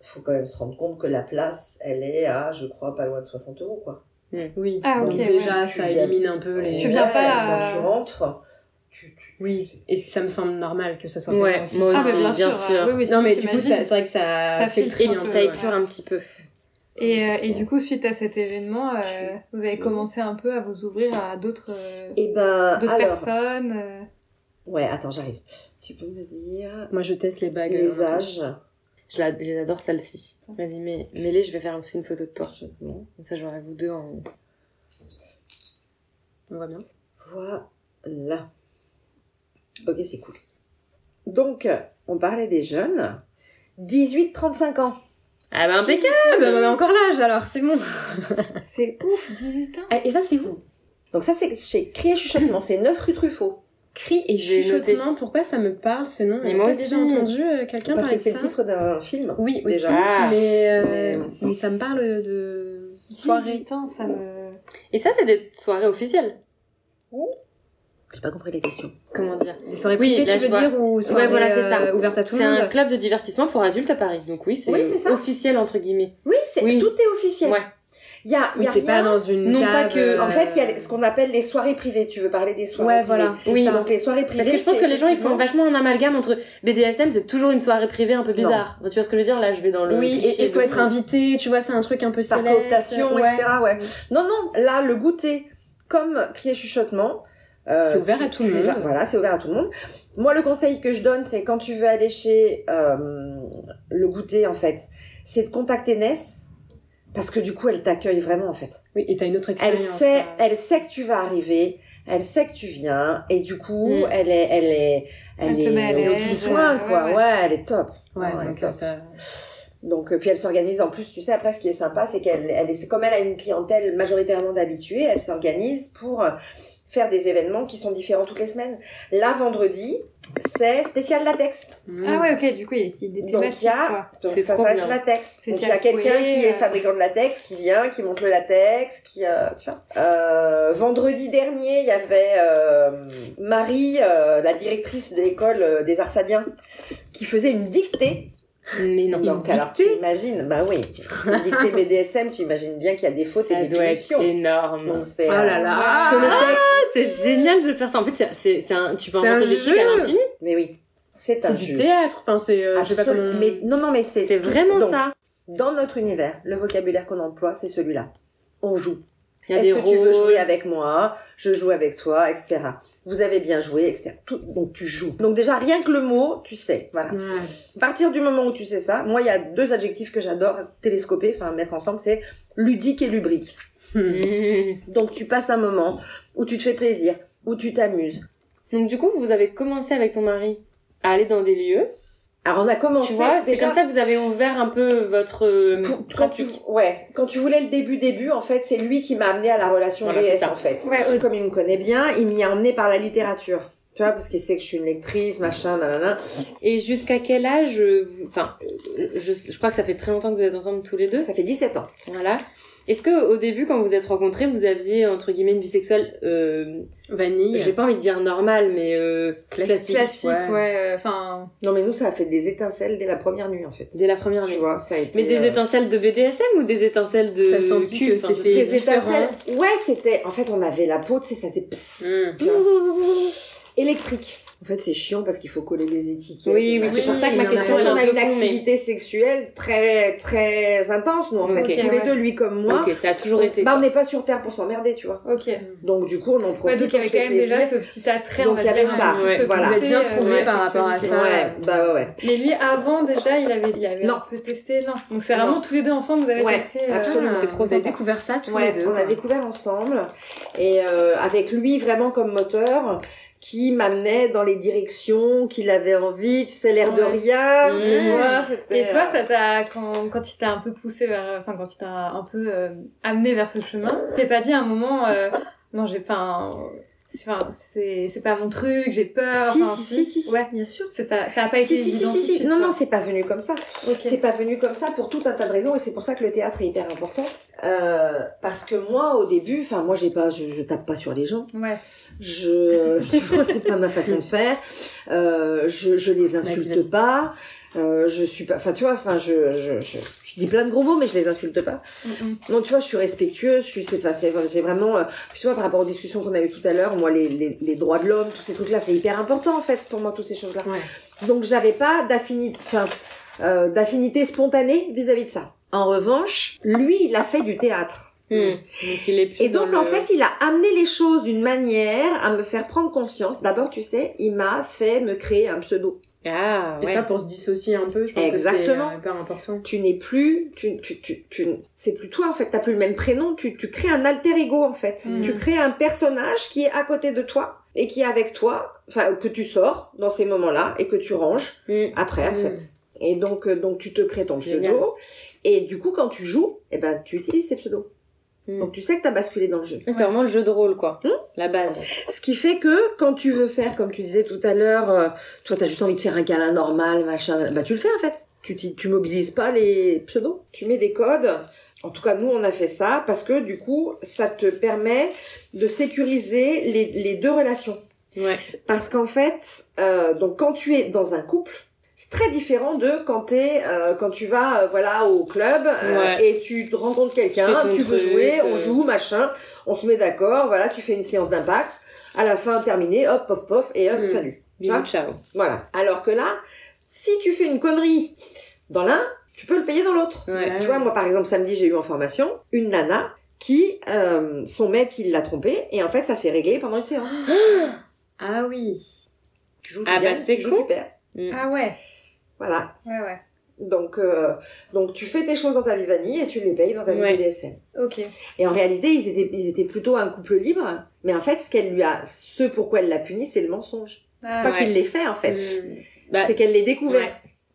Speaker 4: faut quand même se rendre compte que la place, elle est à, je crois, pas loin de 60 euros, quoi.
Speaker 3: Oui.
Speaker 5: Ah, ok,
Speaker 3: Donc
Speaker 5: ouais.
Speaker 3: déjà,
Speaker 4: Tu
Speaker 3: ça
Speaker 4: viens-
Speaker 3: élimine un peu les.
Speaker 5: Tu viens
Speaker 4: Ouais,
Speaker 5: pas
Speaker 4: Quand
Speaker 5: à-
Speaker 4: tu rentres, tu. tu
Speaker 3: Oui. Et ça me semble normal que ça soit.
Speaker 7: Ouais,
Speaker 3: payant aussi.
Speaker 7: moi
Speaker 5: Ah,
Speaker 7: aussi,
Speaker 5: mais bien,
Speaker 7: bien
Speaker 5: sûr.
Speaker 7: sûr.
Speaker 5: Oui, oui,
Speaker 3: Non
Speaker 5: sinon,
Speaker 3: mais du coup,
Speaker 5: t'imagines.
Speaker 3: ça- c'est vrai que ça,
Speaker 5: Ça
Speaker 3: fait le
Speaker 5: filtre
Speaker 3: tri
Speaker 5: un
Speaker 3: un
Speaker 5: peu,
Speaker 3: peu.
Speaker 7: Ça
Speaker 5: ouais.
Speaker 7: épure un petit peu.
Speaker 5: Et, euh, et du coup, suite à cet événement, euh, vous avez commencé un peu à vous ouvrir à d'autres euh,
Speaker 4: Et ben,
Speaker 5: d'autres
Speaker 4: alors.
Speaker 5: personnes. euh.
Speaker 4: Ouais, attends, j'arrive. Tu peux me dire.
Speaker 3: Moi, je teste les bagues.
Speaker 4: Les
Speaker 3: euh,
Speaker 4: âges.
Speaker 7: Je la- je les adore celle-ci. Vas-y, mets, mets-les, je vais faire aussi une photo de toi. Comme ça, j'aurai vous deux en.
Speaker 3: On voit bien.
Speaker 4: Voilà. Ok, c'est cool. Donc, on parlait des jeunes. 18-35 ans.
Speaker 7: Ah bah, impeccable!
Speaker 3: Ah bah on a encore l'âge alors, c'est bon.
Speaker 5: C'est ouf, 18
Speaker 7: Ah,
Speaker 5: ans
Speaker 3: Et ça, c'est où
Speaker 4: Donc ça, c'est chez Crier Chuchotement, c'est 9 rue Truffaut.
Speaker 3: Cri et
Speaker 7: J'ai
Speaker 3: chuchotement,
Speaker 7: noté.
Speaker 3: pourquoi ça me parle ce nom
Speaker 7: Mais
Speaker 3: On
Speaker 7: moi
Speaker 3: a
Speaker 7: aussi.
Speaker 3: déjà entendu euh, quelqu'un
Speaker 4: Parce que
Speaker 3: parler de
Speaker 4: c'est
Speaker 3: ça
Speaker 4: le titre d'un film.
Speaker 3: Oui, aussi,
Speaker 4: Déjà.
Speaker 7: Ah.
Speaker 3: mais, euh,
Speaker 4: Mais-
Speaker 3: mais ça me parle de...
Speaker 5: 18 ans, ça me...
Speaker 7: Et ça, c'est des soirées officielles.
Speaker 4: J'ai pas compris la question.
Speaker 7: Comment dire?
Speaker 3: Des soirées
Speaker 7: Oui,
Speaker 3: privées,
Speaker 7: là,
Speaker 3: tu
Speaker 7: je
Speaker 3: veux
Speaker 7: vois.
Speaker 3: dire, ou soirées
Speaker 7: Ouais, voilà, c'est
Speaker 3: euh,
Speaker 7: ça.
Speaker 3: ouvertes à tout
Speaker 7: C'est
Speaker 3: le monde
Speaker 7: un club de divertissement pour adultes à Paris. Donc, oui, c'est
Speaker 4: Oui, c'est ça.
Speaker 7: officiel, entre guillemets.
Speaker 4: Oui, c'est
Speaker 7: Oui.
Speaker 4: tout est officiel.
Speaker 7: Ouais.
Speaker 4: Il y a, il
Speaker 3: Oui,
Speaker 4: y a
Speaker 3: c'est pas
Speaker 4: rien.
Speaker 3: dans une
Speaker 7: Non, pas
Speaker 3: cave,
Speaker 7: que-
Speaker 3: euh,
Speaker 4: En fait, il y a les- ce qu'on appelle les soirées privées. Tu veux parler des soirées
Speaker 3: Ouais,
Speaker 4: privées
Speaker 3: voilà, c'est
Speaker 7: Oui,
Speaker 3: ça.
Speaker 4: Donc les soirées privées.
Speaker 7: Parce que je pense
Speaker 4: c'est
Speaker 7: que les gens, ils
Speaker 4: effectivement-
Speaker 7: font vachement un amalgame entre BDSM, c'est toujours une soirée privée un peu bizarre. Tu vois ce que je veux dire? Là, je vais dans le.
Speaker 3: Oui, et
Speaker 7: cliché
Speaker 3: il faut
Speaker 7: de
Speaker 3: être
Speaker 7: fou.
Speaker 3: invité, tu vois, c'est un truc un peu
Speaker 4: par
Speaker 3: célèbre.
Speaker 4: cooptation,
Speaker 3: ouais.
Speaker 4: etc. Ouais. Non, non, là, le goûter, comme crier chuchotement. euh,
Speaker 3: C'est ouvert
Speaker 4: tu-
Speaker 3: à tout le
Speaker 4: tu
Speaker 3: monde.
Speaker 4: vas- Voilà, c'est ouvert à tout le monde. Moi, le conseil que je donne, c'est quand tu veux aller chez euh, le goûter, en fait, c'est de contacter Ness. Parce que du coup, elle t'accueille vraiment, en fait.
Speaker 3: Oui, et t'as une autre
Speaker 4: Elle
Speaker 3: expérience.
Speaker 4: sait,
Speaker 3: quoi.
Speaker 4: elle sait que tu vas arriver. Elle sait que tu viens. Et du coup,
Speaker 7: Mm.
Speaker 4: elle est, elle est, elle,
Speaker 5: Elle te met à
Speaker 4: est au
Speaker 5: l'aise,
Speaker 4: petit soin,
Speaker 5: euh,
Speaker 4: quoi.
Speaker 5: ouais, ouais.
Speaker 4: Ouais, elle est top.
Speaker 3: Ouais,
Speaker 4: Ouais,
Speaker 3: donc
Speaker 4: top.
Speaker 3: ça...
Speaker 4: Donc, euh, puis elle s'organise. En plus, tu sais, après, ce qui est sympa, c'est qu'elle, elle est, comme elle a une clientèle majoritairement d'habitués, elle s'organise pour euh, faire des événements qui sont différents toutes les semaines. Là, vendredi, c'est spécial latex.
Speaker 3: Mm.
Speaker 5: Ah ouais, ok, du coup, il y a des- des
Speaker 4: Donc,
Speaker 5: thématiques,
Speaker 4: il y a-
Speaker 5: quoi.
Speaker 4: Donc,
Speaker 7: C'est
Speaker 4: ça,
Speaker 7: trop
Speaker 4: ça va être
Speaker 7: bien.
Speaker 4: latex. Donc, il y
Speaker 5: Spécial
Speaker 4: a quelqu'un
Speaker 5: fouet,
Speaker 4: qui est
Speaker 5: euh.
Speaker 4: fabricant de latex, qui vient, qui monte le latex, qui, euh, tu vois. Euh, vendredi dernier, il y avait euh, Marie, euh, la directrice de l'école euh, des Arsadiens, qui faisait une dictée.
Speaker 7: Mais non.
Speaker 4: Donc, alors, tu imagines, bah oui, une dictée BDSM, tu imagines bien qu'il y a des fautes
Speaker 7: Ça
Speaker 4: et des
Speaker 7: doit être
Speaker 4: punitions.
Speaker 7: énorme.
Speaker 4: Donc, c'est.
Speaker 3: Oh là là
Speaker 4: que le
Speaker 7: Ah
Speaker 4: texte.
Speaker 7: C'est génial de faire ça. En fait, c'est- c'est c'est un. Tu peux
Speaker 3: C'est un
Speaker 7: inventer des trucs à
Speaker 3: jeu.
Speaker 7: l'infini.
Speaker 4: Mais oui, c'est un
Speaker 3: C'est du
Speaker 4: jeu.
Speaker 3: théâtre, enfin, c'est... euh, je sais pas
Speaker 4: Absolu-
Speaker 3: comment-
Speaker 4: mais, non, non, mais c'est.
Speaker 7: C'est vraiment
Speaker 4: donc,
Speaker 7: ça.
Speaker 4: Dans notre univers, le vocabulaire qu'on emploie, c'est celui-là. On joue.
Speaker 7: Il y a
Speaker 4: Est-ce
Speaker 7: des
Speaker 4: que tu veux
Speaker 7: rôles.
Speaker 4: jouer avec moi Je joue avec toi, etc. Vous avez bien joué, etc. Tout- donc tu joues. Donc déjà rien que le mot, tu sais. Voilà.
Speaker 7: Mm.
Speaker 3: Ouais.
Speaker 4: À partir du moment où tu sais ça, moi il y a deux adjectifs que j'adore télescoper, enfin mettre ensemble, c'est ludique et lubrique.
Speaker 3: Hmm.
Speaker 7: Mmh.
Speaker 4: Donc tu passes un moment où tu te fais plaisir, où tu t'amuses.
Speaker 7: [LAUGHS] Donc du coup, vous avez commencé avec ton mari à aller dans des lieux.
Speaker 4: Alors on a commencé
Speaker 7: Tu vois, c'est
Speaker 4: déjà
Speaker 7: comme ça que vous avez ouvert un peu votre euh,
Speaker 4: pour- quand tu,
Speaker 7: pratique.
Speaker 4: ouais, quand tu voulais le début début en fait, c'est lui qui m'a amené à la relation
Speaker 7: Voilà, c'est
Speaker 4: DS
Speaker 7: ça.
Speaker 4: en fait.
Speaker 5: Ouais, ouais.
Speaker 4: Comme il me connaît bien, il m'y a emmené par la littérature. Tu vois, parce qu'il sait que je suis une lectrice, machin, nanana.
Speaker 7: Et jusqu'à quel âge euh, vous... Enfin, euh, je, je crois que ça fait très longtemps que vous êtes ensemble tous les deux.
Speaker 4: Ça fait 17 ans.
Speaker 7: Voilà. Est-ce que au début, quand vous êtes rencontrés, vous aviez entre guillemets une vie sexuelle, euh,
Speaker 3: Vanille.
Speaker 7: j'ai pas envie de dire normale, mais euh, classique,
Speaker 5: Classique,
Speaker 7: ouais.
Speaker 5: ouais, euh, enfin...
Speaker 4: Non, mais nous, ça a fait des étincelles dès la première nuit, en fait.
Speaker 7: dès la première
Speaker 4: Tu
Speaker 7: nuit.
Speaker 4: vois, ça a été...
Speaker 7: Mais des
Speaker 4: euh,
Speaker 7: étincelles de BDSM ou des étincelles de
Speaker 3: T'as senti
Speaker 7: cul,
Speaker 3: que
Speaker 7: enfin, je sais
Speaker 3: c'était-
Speaker 4: Des
Speaker 3: différent.
Speaker 4: étincelles...
Speaker 7: Mm,
Speaker 4: Ouais, c'était... En fait, on avait la peau, tu sais, ça faisait... pss,
Speaker 3: Hmm.
Speaker 4: tu vois. Électrique. En fait, c'est chiant parce qu'il faut coller les étiquettes.
Speaker 7: Oui, oui,
Speaker 4: Et
Speaker 7: c'est pour ça que ma
Speaker 4: machin.
Speaker 7: question
Speaker 4: Surtout,
Speaker 7: est
Speaker 4: on
Speaker 7: un
Speaker 4: a
Speaker 7: peu
Speaker 4: une
Speaker 7: con, mais-
Speaker 4: activité sexuelle très, très intense, nous, en fait.
Speaker 7: Ok.
Speaker 4: Tous les deux, lui comme moi.
Speaker 7: Ok, ça a toujours été. Mhm.
Speaker 4: Bah, on n'est pas sur Terre pour s'emmerder, tu vois.
Speaker 5: Ok.
Speaker 4: Donc, du coup, on en
Speaker 5: Ouais,
Speaker 4: profite.
Speaker 5: donc il y avait
Speaker 4: on se fait
Speaker 5: quand même déjà
Speaker 4: plaisir.
Speaker 5: ce petit attrait,
Speaker 4: Donc,
Speaker 5: on va
Speaker 4: il y avait
Speaker 5: dire,
Speaker 4: ça,
Speaker 5: un peu
Speaker 4: ouais,
Speaker 5: se
Speaker 4: voilà.
Speaker 5: pousser,
Speaker 3: Vous êtes bien
Speaker 5: euh,
Speaker 3: trouvé
Speaker 5: ouais,
Speaker 3: par rapport à
Speaker 5: sexualité.
Speaker 3: ça.
Speaker 4: Ouais, bah ouais, ouais.
Speaker 5: Mais lui, avant déjà, il avait, il avait
Speaker 4: Non.
Speaker 5: un peu testé l'un. Donc c'est vraiment tous les deux ensemble, vous avez
Speaker 4: Ouais,
Speaker 5: testé. euh,
Speaker 4: absolument.
Speaker 3: Ah,
Speaker 4: C'est trop
Speaker 3: Vous avez
Speaker 4: sympa.
Speaker 3: découvert ça tous
Speaker 4: Ouais,
Speaker 3: les deux.
Speaker 4: on a
Speaker 5: hein.
Speaker 3: quoi.
Speaker 4: découvert ensemble et euh, avec lui vraiment comme moteur qui m'amenait dans les directions qu'il avait envie, tu sais l'air de
Speaker 5: Ouais.
Speaker 4: rien, tu
Speaker 5: Mmh.
Speaker 4: vois, c'était euh,
Speaker 5: Et toi, ça t'a quand, quand il t'a un peu poussé vers, enfin quand il t'a un peu euh, amené vers ce chemin, t'es pas dit à un moment, euh, non j'ai pas, un- c'est- enfin c'est c'est pas mon truc, j'ai peur.
Speaker 4: si,
Speaker 5: enfin,
Speaker 4: si, si, si, si,
Speaker 5: ouais.
Speaker 4: bien sûr.
Speaker 5: C'est ta- ça a pas
Speaker 4: Si,
Speaker 5: été
Speaker 4: si, si,
Speaker 5: évident
Speaker 4: si,
Speaker 5: tout de
Speaker 4: si.
Speaker 5: suite,
Speaker 4: Non,
Speaker 5: quoi.
Speaker 4: non, c'est pas venu comme ça.
Speaker 5: Ok.
Speaker 4: C'est pas venu comme ça pour tout un tas de raisons et c'est pour ça que le théâtre est hyper important. Euh, parce que moi, au début, enfin, moi, j'ai pas, je, je tape pas sur les gens.
Speaker 5: Ouais.
Speaker 4: Je, [LAUGHS] tu vois, c'est pas ma façon de faire. Euh, je, je les insulte
Speaker 3: Vas-y, vas-y.
Speaker 4: pas. Euh, je suis pas, enfin, tu vois, enfin, je, je, je, je dis plein de gros mots, mais je les insulte pas.
Speaker 5: Mhm.
Speaker 4: Non, tu vois, je suis respectueuse, je suis, c'est, enfin, c'est, c'est vraiment, euh, puis tu vois, par rapport aux discussions qu'on a eues tout à l'heure, moi, les, les, les droits de l'homme, tous ces trucs-là, c'est hyper important, en fait, pour moi, toutes ces choses-là. Donc, j'avais pas d'affinité, enfin, euh, d'affinité spontanée vis-à-vis de ça. En revanche, lui, il a fait du théâtre.
Speaker 7: Hmm. Donc il est plus
Speaker 4: Et donc,
Speaker 7: dans
Speaker 4: en
Speaker 7: le-
Speaker 4: fait, il a amené les choses d'une manière à me faire prendre conscience. D'abord, tu sais, il m'a fait me créer un pseudo.
Speaker 7: Ah,
Speaker 3: Et
Speaker 7: ouais.
Speaker 3: ça pour se dissocier un peu, je pense
Speaker 4: Exactement.
Speaker 3: que c'est euh, hyper important.
Speaker 4: Tu n'es plus, tu, tu, tu, tu, c'est plus toi, en fait. T'as plus le même prénom. Tu, tu crées un alter ego, en fait.
Speaker 5: Mm.
Speaker 4: Tu crées un personnage qui est à côté de toi et qui est avec toi, enfin, que tu sors dans ces moments-là et que tu ranges après, en
Speaker 3: Mm.
Speaker 4: fait. Et donc, euh, donc, tu te crées ton pseudo.
Speaker 7: Génial.
Speaker 4: Et du coup, quand tu joues, eh ben, tu utilises ces pseudos.
Speaker 7: Mm.
Speaker 4: Donc, tu sais que t'as basculé dans le jeu.
Speaker 7: Mais C'est vraiment le jeu de rôle, quoi.
Speaker 4: Hmm
Speaker 7: La base.
Speaker 4: Ce qui fait que quand tu veux faire, comme tu disais tout à l'heure, euh, toi t'as juste envie de faire un câlin normal, machin, bah tu le fais en fait. Tu, t'y- tu mobilises pas les pseudos. Tu mets des codes. En tout cas, nous on a fait ça parce que du coup, ça te permet de sécuriser les, les deux relations.
Speaker 7: Ouais.
Speaker 4: Parce qu'en fait, euh, donc quand tu es dans un couple, c'est très différent de quand t'es, euh, quand tu vas, euh, voilà, au club euh, et tu te rencontres
Speaker 7: Tu
Speaker 4: quelqu'un,
Speaker 7: fais ton
Speaker 4: tu veux
Speaker 7: truc,
Speaker 4: jouer, on
Speaker 7: euh.
Speaker 4: joue, machin, on se met d'accord, voilà, tu fais une séance d'impact. À la fin, terminé, hop, pof, pof, et hop,
Speaker 7: Mm.
Speaker 4: salut.
Speaker 7: Bisous,
Speaker 4: Ah.
Speaker 7: ciao.
Speaker 4: Voilà. Alors que là, si tu fais une connerie dans l'un, tu peux le payer dans l'autre.
Speaker 7: Ouais.
Speaker 4: Tu vois, moi, par exemple, samedi, j'ai eu en formation une nana qui, euh, son mec, il l'a trompée, et en fait, ça s'est réglé pendant une séance.
Speaker 3: Ah oui.
Speaker 4: Tu joues,
Speaker 7: Ah
Speaker 4: tu
Speaker 7: bah,
Speaker 4: gagnes,
Speaker 7: c'est
Speaker 4: tu joues,
Speaker 7: con.
Speaker 4: tu perds.
Speaker 7: Hmm.
Speaker 5: Ah ouais.
Speaker 4: Voilà.
Speaker 5: Ouais ouais.
Speaker 4: Donc, euh, donc, tu fais tes choses dans ta vie vanille et tu les payes dans ta vie
Speaker 7: Ouais.
Speaker 4: BDSM.
Speaker 5: Ok.
Speaker 4: Et en réalité, ils étaient, ils étaient plutôt un couple libre. Mais en fait, ce qu'elle lui a, ce pourquoi elle l'a puni, c'est le mensonge. C'est
Speaker 5: Ah,
Speaker 4: pas
Speaker 7: ouais.
Speaker 4: qu'il l'ait fait, en fait.
Speaker 7: Bah,
Speaker 4: c'est qu'elle l'ait découvert.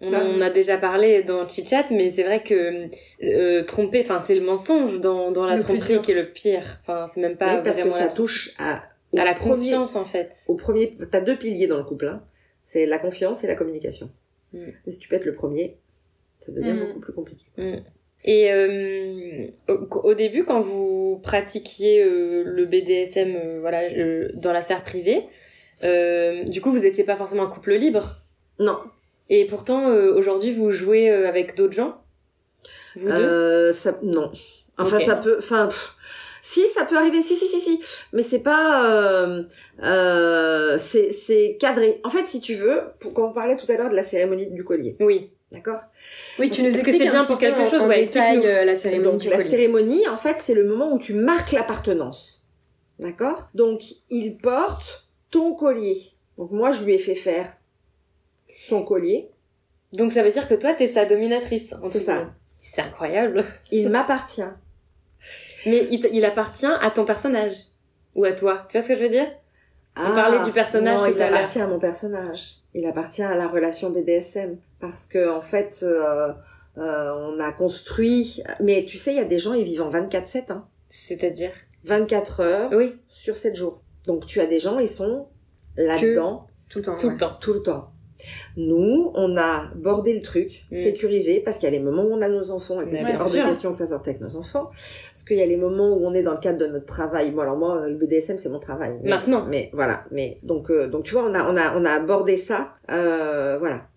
Speaker 7: On en a déjà parlé dans Chitchat, mais c'est vrai que euh, tromper, enfin, c'est le mensonge dans, dans la
Speaker 5: Le plus
Speaker 7: tromperie
Speaker 5: dur.
Speaker 7: qui est le pire. Enfin, c'est même pas
Speaker 4: Oui, parce que
Speaker 7: vraiment
Speaker 4: ça
Speaker 7: la-
Speaker 4: touche à,
Speaker 7: à la
Speaker 4: premier-
Speaker 7: confiance, en fait.
Speaker 4: Au premier, t'as deux piliers dans le couple. Hein. C'est la confiance et la communication.
Speaker 7: Mm.
Speaker 4: Mais si tu pètes le premier, ça devient
Speaker 5: Mm.
Speaker 4: beaucoup plus compliqué.
Speaker 7: Et euh, au, au début, quand vous pratiquiez euh, le BDSM euh, voilà, euh, dans la sphère privée, euh, du coup, vous n'étiez pas forcément un couple libre.
Speaker 4: Non.
Speaker 7: Et pourtant, euh, aujourd'hui, vous jouez euh, avec d'autres gens Vous deux
Speaker 4: Euh, ça, non. Enfin,
Speaker 7: Ok.
Speaker 4: ça peut. Enfin, pff, si, ça peut arriver. Si, si, si, si. Mais c'est pas. euh, euh, c'est c'est cadré. En fait, si tu veux, pour, quand on parlait tout à l'heure de la cérémonie du collier,
Speaker 7: Oui.
Speaker 4: d'accord
Speaker 3: Oui, tu
Speaker 7: Parce
Speaker 3: nous
Speaker 7: que
Speaker 3: expliques
Speaker 7: c'est bien
Speaker 3: un petit
Speaker 7: pour quelque
Speaker 3: peu en-
Speaker 7: chose,
Speaker 3: en
Speaker 7: ouais,
Speaker 3: détail,
Speaker 7: explique-nous.
Speaker 3: euh, la cérémonie
Speaker 4: Donc
Speaker 3: du
Speaker 4: la
Speaker 3: collier.
Speaker 4: cérémonie, en fait, c'est le moment où tu marques l'appartenance. D'accord Donc il porte ton collier. Donc moi, je lui ai fait faire son collier.
Speaker 7: Donc ça veut dire que toi, t'es sa dominatrice. entre
Speaker 4: C'est ça.
Speaker 7: guillemets. C'est incroyable.
Speaker 4: Il m'appartient.
Speaker 7: Mais il, t- il appartient à ton personnage. Ou à toi. Tu vois ce que je veux dire [LAUGHS] On parlait du personnage
Speaker 4: Ah, non,
Speaker 7: tout
Speaker 4: il
Speaker 7: à l'heure.
Speaker 4: appartient à mon personnage. Il appartient à la relation BDSM parce que en fait, euh, euh, on a construit. Mais tu sais, il y a des gens, ils vivent en 24/7, hein.
Speaker 7: C'est-à-dire
Speaker 4: 24 heures
Speaker 7: Oui.
Speaker 4: sur 7 jours. Donc tu as des gens, ils sont là-dedans
Speaker 3: Tout le temps.
Speaker 7: Tout
Speaker 3: ouais.
Speaker 7: le temps.
Speaker 4: tout le temps. Nous, on a bordé le truc,
Speaker 7: Mm.
Speaker 4: sécurisé, parce qu'il y a les moments où on a nos enfants, et puis
Speaker 7: Ouais,
Speaker 4: c'est
Speaker 5: bien
Speaker 4: hors de
Speaker 5: sûr.
Speaker 4: question que ça sorte avec nos enfants, parce qu'il y a les moments où on est dans le cadre de notre travail. Moi, alors moi, euh, le BDSM, c'est mon travail. Mais-
Speaker 7: Maintenant.
Speaker 4: Mais voilà, mais donc, euh, donc tu vois, on a, on a, on a abordé ça, euh, voilà.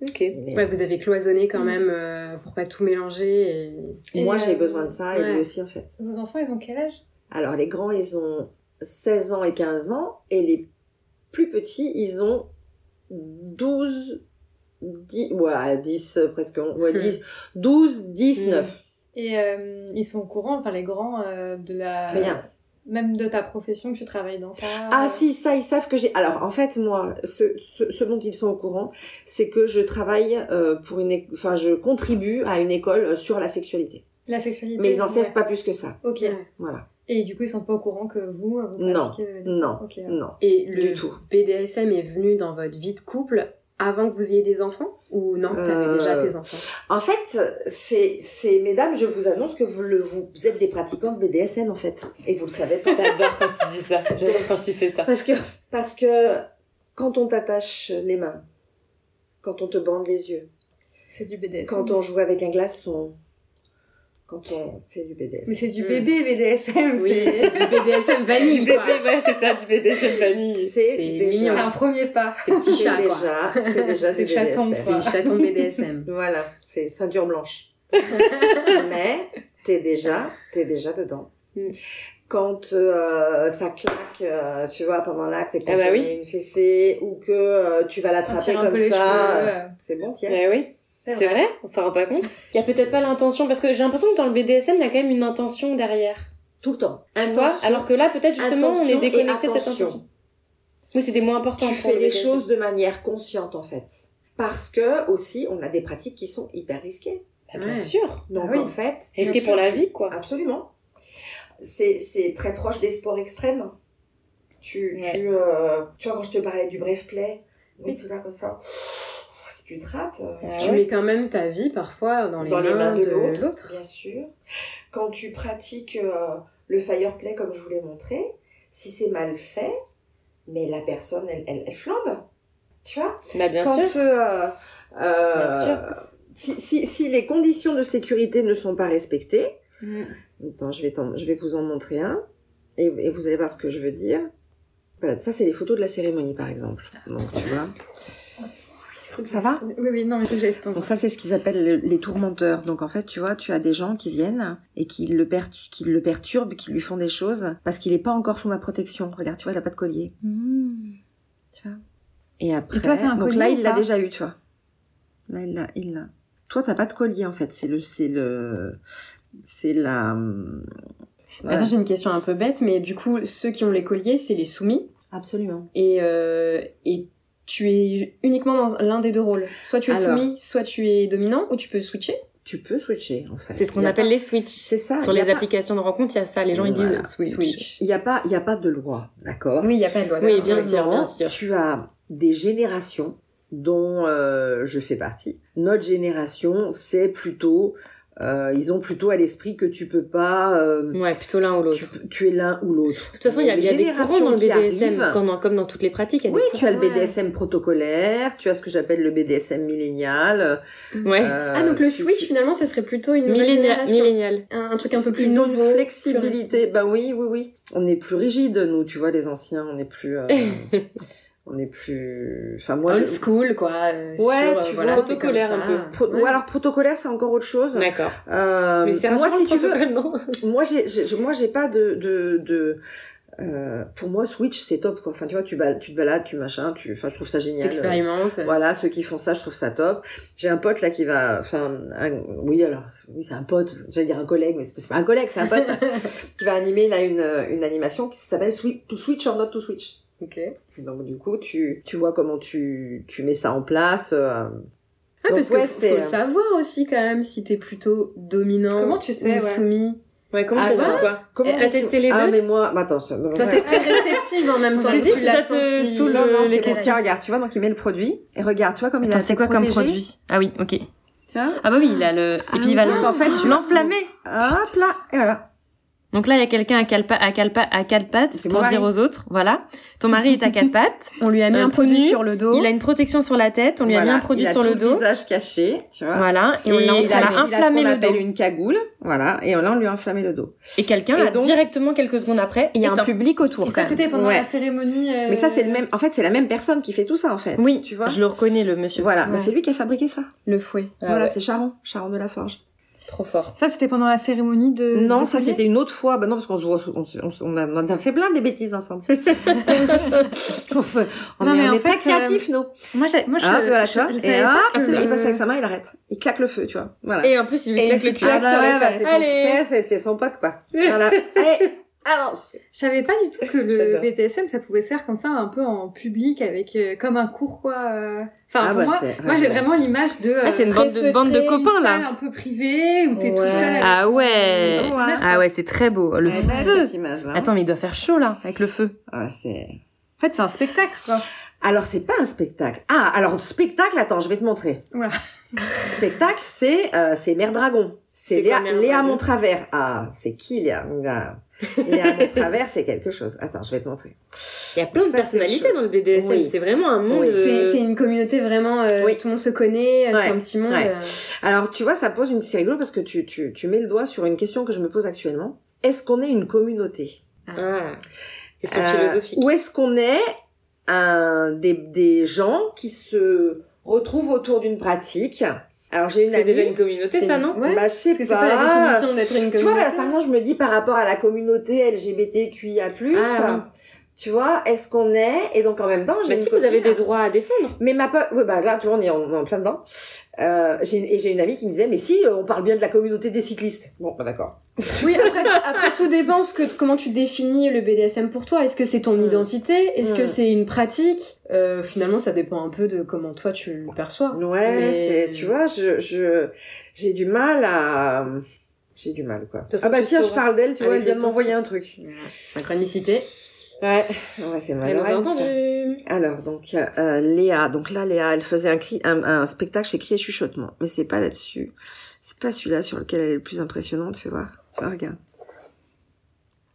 Speaker 7: Ok.
Speaker 4: Mais
Speaker 3: Ouais, vous avez cloisonné quand même euh, pour pas tout mélanger. Et...
Speaker 4: Moi,
Speaker 5: Et,
Speaker 4: j'ai
Speaker 5: euh,
Speaker 4: besoin de ça, et
Speaker 3: ouais.
Speaker 4: lui aussi, en fait.
Speaker 5: Vos enfants, ils ont quel âge
Speaker 4: Alors, les grands, ils ont 16 ans et 15 ans, et les plus petits, ils ont 12, 10, ouais, 10, euh, presque, on- ouais,
Speaker 3: Hmm.
Speaker 4: 10, 12, 10,
Speaker 2: Hmm.
Speaker 4: 9.
Speaker 5: Et euh, ils sont au courant, enfin les grands, euh, de la.
Speaker 4: Rien.
Speaker 5: Même de ta profession que tu travailles dans ça.
Speaker 4: Ah si, ça, ils savent que j'ai... Alors, en fait, moi, ce, ce, ce dont ils sont au courant, c'est que je travaille euh, pour une... é- Enfin, je contribue à une école euh, sur la sexualité.
Speaker 5: La sexualité.
Speaker 4: Mais ils en
Speaker 5: ouais.
Speaker 4: savent pas plus que ça.
Speaker 5: Ok.
Speaker 4: Voilà.
Speaker 5: Et du coup, ils sont pas au courant que vous, euh, vous
Speaker 4: Non.
Speaker 5: pratiquez le BDSM.
Speaker 4: Non.
Speaker 5: Ok.
Speaker 4: Non.
Speaker 3: Et
Speaker 4: Du
Speaker 3: le
Speaker 4: tout.
Speaker 3: BDSM est venu dans votre vie de couple avant que vous ayez des enfants Ou non, t'avais
Speaker 4: Euh,
Speaker 3: déjà tes enfants
Speaker 4: En fait, c'est, c'est, mesdames, je vous annonce que vous, le, vous êtes des pratiquants de BDSM, en fait. Et vous le savez pas.
Speaker 7: J'adore quand tu dis ça. [LAUGHS] J'adore quand tu fais ça.
Speaker 4: Parce que, parce que quand on t'attache les mains, quand on te bande les yeux,
Speaker 5: C'est du BDSM.
Speaker 4: quand on joue avec un glaçon, quand on, c'est du BDSM.
Speaker 5: Mais c'est du
Speaker 3: Mm.
Speaker 5: bébé BDSM.
Speaker 3: Oui,
Speaker 5: c'est-
Speaker 3: c'est [LAUGHS] du BDSM vanille,
Speaker 7: Bébé,
Speaker 3: quoi.
Speaker 7: ouais, c'est ça, du BDSM vanille.
Speaker 4: C'est
Speaker 5: C'est
Speaker 4: déjà,
Speaker 5: un premier pas.
Speaker 3: C'est petit
Speaker 4: c'est
Speaker 3: chat, quoi.
Speaker 4: déjà, c'est déjà du
Speaker 5: [LAUGHS] C'est chaton,
Speaker 4: BDSM.
Speaker 5: quoi.
Speaker 3: C'est chaton BDSM.
Speaker 4: Voilà, c'est ceinture blanche. Mais t'es déjà, t'es déjà dedans.
Speaker 7: Mm.
Speaker 4: Quand euh, ça claque, euh, tu vois, pendant l'acte, et qu'on
Speaker 7: Ah bah
Speaker 4: te
Speaker 7: oui.
Speaker 4: met une fessée, ou que euh, tu vas
Speaker 5: On
Speaker 4: l'attraper
Speaker 5: tire un
Speaker 4: comme
Speaker 5: peu les
Speaker 4: ça,
Speaker 5: cheveux.
Speaker 4: euh,
Speaker 5: euh,
Speaker 4: c'est bon, tiens.
Speaker 7: Eh oui, c'est vrai, on s'en rend pas compte. Il y a peut-être pas l'intention, parce que j'ai l'impression que dans le BDSM, il y a quand même une intention derrière.
Speaker 4: Tout le temps.
Speaker 7: Tu vois Alors que là, peut-être justement, on est
Speaker 4: Attention et
Speaker 7: déconnecté de cette
Speaker 4: attention.
Speaker 7: intention. Oui, c'est des mots importants.
Speaker 4: tu
Speaker 7: pour
Speaker 4: fais
Speaker 7: le
Speaker 4: les
Speaker 7: BDSM.
Speaker 4: choses de manière consciente, en fait. Parce que, aussi, on a des pratiques qui sont hyper risquées.
Speaker 7: Bah, bien
Speaker 3: Ouais.
Speaker 7: sûr.
Speaker 4: Donc,
Speaker 5: Ah oui.
Speaker 4: en fait...
Speaker 7: Risqué pour la vie, quoi.
Speaker 4: Absolument. C'est c'est très proche des sports extrêmes. Tu,
Speaker 7: Ouais.
Speaker 4: tu, euh, tu vois, quand je te parlais du bref play, donc tu vas comme ça. Si tu te rates, euh,
Speaker 7: Ah
Speaker 3: Tu
Speaker 7: ouais.
Speaker 3: mets quand même ta vie parfois dans les,
Speaker 4: Dans les mains de l'autre.
Speaker 3: l'autre.
Speaker 4: bien sûr. Quand tu pratiques euh, le fire play, comme je vous l'ai montré, si c'est mal fait, mais la personne, elle, elle, elle flambe. Tu vois
Speaker 7: Bah, bien
Speaker 4: quand
Speaker 7: sûr.
Speaker 4: euh, euh,
Speaker 7: Bien
Speaker 4: Si, si- si les conditions de sécurité ne sont pas respectées,
Speaker 7: Mm.
Speaker 4: Attends, je vais, t'en- je vais vous en montrer un et, et vous allez voir ce que je veux dire. Voilà, ça c'est les photos de la cérémonie par exemple. Donc tu vois. Ça va
Speaker 5: Oui, oui, non, mais j'ai fait ton
Speaker 4: Donc ça c'est ce qu'ils appellent le- les tourmenteurs. Donc en fait tu vois, tu as des gens qui viennent et qui le, pertu- qui le perturbent, qui lui font des choses parce qu'il n'est pas encore sous ma protection. Regarde, tu vois, il n'a pas de collier. Tu vois Et après,
Speaker 5: Hmm. Et toi, t'as un
Speaker 4: donc
Speaker 5: collier
Speaker 4: là
Speaker 5: ou
Speaker 4: il l'a
Speaker 5: pas
Speaker 4: déjà eu, tu vois. Là il l'a, il l'a. Toi t'as pas de collier en fait, c'est le, c'est le, c'est la.
Speaker 3: Attends, j'ai une question un peu bête, mais du coup, ceux qui ont les colliers, c'est les soumis.
Speaker 4: Absolument.
Speaker 3: Et, euh, et tu es uniquement dans l'un des deux rôles. Soit tu es
Speaker 4: Alors.
Speaker 3: soumis, soit tu es dominant, ou tu peux switcher.
Speaker 4: Tu peux switcher, en fait.
Speaker 7: C'est ce qu'on
Speaker 4: Il y a
Speaker 7: appelle
Speaker 4: pas-
Speaker 7: les switches.
Speaker 4: C'est ça.
Speaker 7: Sur
Speaker 4: il y a
Speaker 7: les
Speaker 4: pas-
Speaker 7: applications de rencontre, il y a ça. Les gens, ils disent
Speaker 4: Voilà.
Speaker 7: switch.
Speaker 4: Il n'y a, pas- il y a pas de loi, d'accord
Speaker 3: Oui, il n'y a pas de loi.
Speaker 7: Oui, bien
Speaker 4: Maintenant,
Speaker 7: sûr, bien sûr.
Speaker 4: Tu as des générations dont euh, je fais partie. Notre génération, c'est plutôt... euh, ils ont plutôt à l'esprit que tu peux pas... euh,
Speaker 7: Ouais, plutôt l'un ou l'autre.
Speaker 4: tu, tu es l'un ou l'autre.
Speaker 7: De toute façon, il y a,
Speaker 4: Les
Speaker 7: il y a des
Speaker 4: générations
Speaker 7: courants dans le
Speaker 4: qui
Speaker 7: BDSM,
Speaker 4: arrivent-
Speaker 7: comme dans, comme dans toutes les pratiques. il y a
Speaker 4: Oui,
Speaker 7: des
Speaker 4: tu as le
Speaker 3: Ouais.
Speaker 4: BDSM protocolaire, tu as ce que j'appelle le BDSM millénial.
Speaker 7: courants. Ouais.
Speaker 4: euh,
Speaker 3: Ah, donc le
Speaker 4: tu-
Speaker 3: switch,
Speaker 4: tu-
Speaker 3: finalement, ce serait plutôt une nouvelle
Speaker 7: Millénia-
Speaker 3: génération.
Speaker 7: Millénial.
Speaker 3: Un, un truc un peu plus
Speaker 4: Ils ont une
Speaker 3: nouveau, plus
Speaker 4: flexibilité.
Speaker 3: récent.
Speaker 4: Ben oui, oui, oui. On est plus rigide, nous, tu vois, les anciens. On est
Speaker 7: [LAUGHS]
Speaker 4: plus. euh, on est plus. Enfin,
Speaker 7: Ah,
Speaker 4: moi, je.
Speaker 3: Old school, quoi. euh,
Speaker 4: Ouais,
Speaker 3: sur, euh,
Speaker 4: tu
Speaker 3: voilà,
Speaker 4: vois,
Speaker 3: c'est comme
Speaker 7: protocolaire un
Speaker 3: ça.
Speaker 7: peu.
Speaker 4: Pro- Ou alors protocolaire, c'est encore autre chose.
Speaker 7: D'accord.
Speaker 4: Euh,
Speaker 7: Mais c'est
Speaker 4: moi,
Speaker 7: rassurant,
Speaker 4: si tu
Speaker 7: le
Speaker 4: veux,
Speaker 7: protocole, non
Speaker 4: moi, j'ai, j'ai- moi, j'ai pas de, de, de euh, pour moi, Switch, c'est top, quoi. Enfin, tu vois, tu, bal- tu te balades, tu machin, tu, enfin, je trouve ça génial.
Speaker 3: T'expérimentes.
Speaker 4: Voilà, ceux qui font ça, je trouve ça top. J'ai un pote là qui va, enfin, un- oui alors, oui c'est un pote, j'allais dire un collègue, mais c'est pas- c'est pas un collègue, c'est
Speaker 7: [LAUGHS]
Speaker 4: un pote qui va animer là une, une animation qui s'appelle Swi- To Switch or Not To Switch.
Speaker 3: Ok.
Speaker 4: Donc du coup, tu, tu vois comment tu, tu mets ça en place. euh,
Speaker 3: Ah,
Speaker 4: Donc,
Speaker 3: parce
Speaker 4: ouais,
Speaker 3: que faut-
Speaker 4: c'est,
Speaker 3: faut
Speaker 4: euh,
Speaker 3: le savoir aussi quand même si t'es plutôt dominant
Speaker 5: Comment tu sais,
Speaker 3: ou
Speaker 5: ouais.
Speaker 3: soumis.
Speaker 7: Ouais, comment
Speaker 4: Ah
Speaker 7: t'as
Speaker 4: bah,
Speaker 7: dit, toi
Speaker 4: comment
Speaker 7: T'as
Speaker 4: tu-
Speaker 7: testé les
Speaker 4: Ah
Speaker 7: deux
Speaker 4: mais moi, bah, attends, ça-
Speaker 3: Toi, t'es très réceptive en [LAUGHS] même temps.
Speaker 7: Tu dis si ça
Speaker 3: l'as
Speaker 7: te
Speaker 3: senti.
Speaker 7: saoule,
Speaker 4: non, non,
Speaker 7: les
Speaker 4: c'est bon.
Speaker 7: questions.
Speaker 4: Tiens, regarde, tu vois, donc il met le produit et regarde, tu vois comme il a été protégé,
Speaker 7: Ah oui, ok.
Speaker 4: Tu vois
Speaker 7: Ah bah oui, il a le.
Speaker 4: Ah oui, donc, en fait, tu-
Speaker 7: l'enflammer.
Speaker 4: Hop là, et voilà.
Speaker 7: Donc là, il y a quelqu'un à, calpa, à, calpa, à quatre pattes
Speaker 4: C'est
Speaker 7: pour
Speaker 4: mon
Speaker 7: dire aux autres, voilà, ton mari est à quatre
Speaker 4: [LAUGHS]
Speaker 7: pattes,
Speaker 3: On lui a mis
Speaker 7: Euh,
Speaker 3: un
Speaker 7: tout
Speaker 3: produit
Speaker 7: nu,
Speaker 3: sur le dos.
Speaker 7: il a une protection sur la tête, on lui a mis
Speaker 4: Oh. Voilà,
Speaker 7: un produit
Speaker 4: il a
Speaker 7: sur
Speaker 4: tout
Speaker 7: le dos,
Speaker 4: visage caché, tu vois.
Speaker 7: voilà, et, on l'a
Speaker 4: il a,
Speaker 7: on
Speaker 4: il a
Speaker 7: l'a inflammé
Speaker 4: ce qu'on
Speaker 7: le dos.
Speaker 4: appelle une cagoule, voilà, et là on lui a inflammé le dos.
Speaker 7: Et quelqu'un
Speaker 4: Et
Speaker 7: a
Speaker 4: donc-
Speaker 7: directement quelques secondes après,
Speaker 3: Il y a un
Speaker 7: éteint.
Speaker 3: public autour.
Speaker 5: Et
Speaker 3: quand
Speaker 5: ça,
Speaker 3: même.
Speaker 5: c'était pendant
Speaker 4: Ouais.
Speaker 5: la cérémonie. euh,
Speaker 4: Mais ça c'est le même, en fait c'est la même personne qui fait tout ça en fait.
Speaker 7: Oui,
Speaker 4: tu vois.
Speaker 7: Je le reconnais, le monsieur.
Speaker 4: Voilà, bah,
Speaker 3: Ouais.
Speaker 4: c'est lui qui a fabriqué ça.
Speaker 3: Le fouet.
Speaker 7: Ah
Speaker 4: voilà,
Speaker 7: ouais.
Speaker 4: c'est Charon, Charon de la Forge. Trop fort.
Speaker 5: Ça, c'était pendant la cérémonie de.
Speaker 4: Non,
Speaker 5: de
Speaker 4: ça
Speaker 5: collier
Speaker 4: c'était une autre fois. Bah non, parce qu'on se voit, on, se- on se- on a, on a fait plein des bêtises
Speaker 5: [LAUGHS]
Speaker 4: ensemble. [LAUGHS] on fait- on
Speaker 5: Non,
Speaker 4: est,
Speaker 5: mais
Speaker 4: on
Speaker 5: en
Speaker 4: est pas
Speaker 5: fait,
Speaker 4: créatifs, nous.
Speaker 5: Moi, j'ai- moi je.
Speaker 4: Un peu à la
Speaker 5: je-
Speaker 4: chatte,
Speaker 5: je
Speaker 4: et
Speaker 5: savais pas
Speaker 4: hop,
Speaker 5: que-
Speaker 4: il passe avec sa main, il arrête. Il claque le feu, tu vois. Voilà.
Speaker 7: Et en plus, il lui claque le
Speaker 4: Ah
Speaker 7: claque
Speaker 4: bah
Speaker 7: sur
Speaker 4: ouais,
Speaker 7: les
Speaker 4: bah,
Speaker 7: fesses.
Speaker 4: c'est son-
Speaker 7: Allez
Speaker 4: tu sais, c'est c'est son pote,
Speaker 5: [LAUGHS]
Speaker 4: quoi. Voilà. Allez, avance.
Speaker 5: Je savais pas du tout que le
Speaker 4: J'adore.
Speaker 5: BTSM, ça pouvait se faire comme ça, un peu en public, avec euh, comme un cours, quoi. euh. Enfin,
Speaker 4: Ah
Speaker 5: pour
Speaker 4: bah,
Speaker 5: moi,
Speaker 4: c'est-
Speaker 5: moi
Speaker 4: ouais,
Speaker 5: j'ai
Speaker 4: ouais.
Speaker 5: vraiment l'image de. euh,
Speaker 7: Ah, c'est une
Speaker 5: très
Speaker 7: bande de- bande de
Speaker 5: feutrée, une
Speaker 7: copains, là.
Speaker 5: salle un peu privée, où t'es tout
Speaker 4: Ouais.
Speaker 5: seul. avec
Speaker 7: Ah
Speaker 5: ton-
Speaker 7: ouais.
Speaker 5: ton-
Speaker 7: Ah ouais, bah, c'est très beau. Le
Speaker 4: Elle est belle,
Speaker 7: feu.
Speaker 4: cette image-là.
Speaker 7: Attends, mais il doit faire chaud là, avec le feu.
Speaker 4: Ouais, c'est-
Speaker 5: En fait, c'est un spectacle, quoi.
Speaker 4: alors, c'est pas un spectacle. Ah, alors, spectacle, attends, je vais te montrer.
Speaker 5: Oula.
Speaker 4: [LAUGHS] spectacle, c'est euh, c'est Mère Dragon. C'est
Speaker 7: C'est quoi,
Speaker 4: Léa,
Speaker 7: Mère
Speaker 4: Léa
Speaker 7: Dragon
Speaker 4: Montravers. Ah, c'est qui Léa
Speaker 7: [LAUGHS]
Speaker 4: Léa- Léa Montravers, c'est quelque chose. Attends, je vais te montrer.
Speaker 7: Il y a plein de
Speaker 4: Ça, c'est autre
Speaker 7: personnalités
Speaker 4: chose.
Speaker 7: dans le BDSM.
Speaker 4: Oui.
Speaker 7: C'est vraiment un monde.
Speaker 4: Oui.
Speaker 7: euh,
Speaker 3: C'est c'est une communauté vraiment, euh,
Speaker 4: Oui.
Speaker 3: tout le monde se connaît, euh,
Speaker 4: Ouais.
Speaker 3: c'est un petit monde.
Speaker 4: Ouais.
Speaker 3: euh,
Speaker 4: Alors, tu vois, ça pose une. C'est rigolo parce que tu, tu, tu mets le doigt sur une question que je me pose actuellement. Est-ce qu'on est une communauté
Speaker 7: Ah. Question
Speaker 4: Euh,
Speaker 7: philosophique.
Speaker 4: Ou est-ce qu'on est un, des, des gens qui se retrouvent autour d'une pratique Alors, j'ai une
Speaker 7: C'est
Speaker 4: amie.
Speaker 7: déjà une communauté,
Speaker 4: c'est-
Speaker 7: ça, non
Speaker 4: Bah, je sais
Speaker 3: Parce que c'est pas Ah. la définition d'être une communauté.
Speaker 4: Tu vois, bah, par exemple, je me dis par rapport à la communauté LGBTQIA+,
Speaker 7: Ah,
Speaker 4: tu vois, est-ce qu'on est Et donc, en même temps, j'ai
Speaker 7: Bah
Speaker 4: une
Speaker 7: si, vous avez des
Speaker 4: copine-
Speaker 7: droits à défendre.
Speaker 4: Mais ma pote, ouais, bah là, tu vois, on est en, on est en plein dedans. Euh, j'ai- et j'ai une amie qui me disait, mais si, euh, on parle bien de la communauté des cyclistes. Bon, bah d'accord.
Speaker 3: Oui, après, après, tout dépend ce que, comment tu définis le BDSM pour toi. Est-ce que c'est ton
Speaker 4: Mm.
Speaker 3: identité Est-ce que
Speaker 4: Mm.
Speaker 3: c'est une pratique Euh, Finalement, ça dépend un peu de comment toi tu le perçois.
Speaker 4: Ouais,
Speaker 3: Mais-
Speaker 4: c'est, tu vois, je, je, j'ai du mal à, j'ai du mal, quoi.
Speaker 7: toute façon,
Speaker 4: Ah bah
Speaker 7: tu
Speaker 4: tiens, je
Speaker 7: sauras.
Speaker 4: parle d'elle, tu vois,
Speaker 7: Avec
Speaker 4: elle vient
Speaker 7: le
Speaker 4: de
Speaker 7: temps,
Speaker 4: m'envoyer
Speaker 7: tu-
Speaker 4: un truc.
Speaker 3: Synchronicité.
Speaker 4: Ouais, ouais, c'est mal.
Speaker 7: Elle nous a entendu.
Speaker 4: Alors donc euh, euh, Léa, donc là Léa, elle faisait un, cri, un, un spectacle chez Cri et Chuchotement, mais c'est pas là-dessus, c'est pas celui-là sur lequel elle est le plus impressionnante, fais voir, tu vois regarde,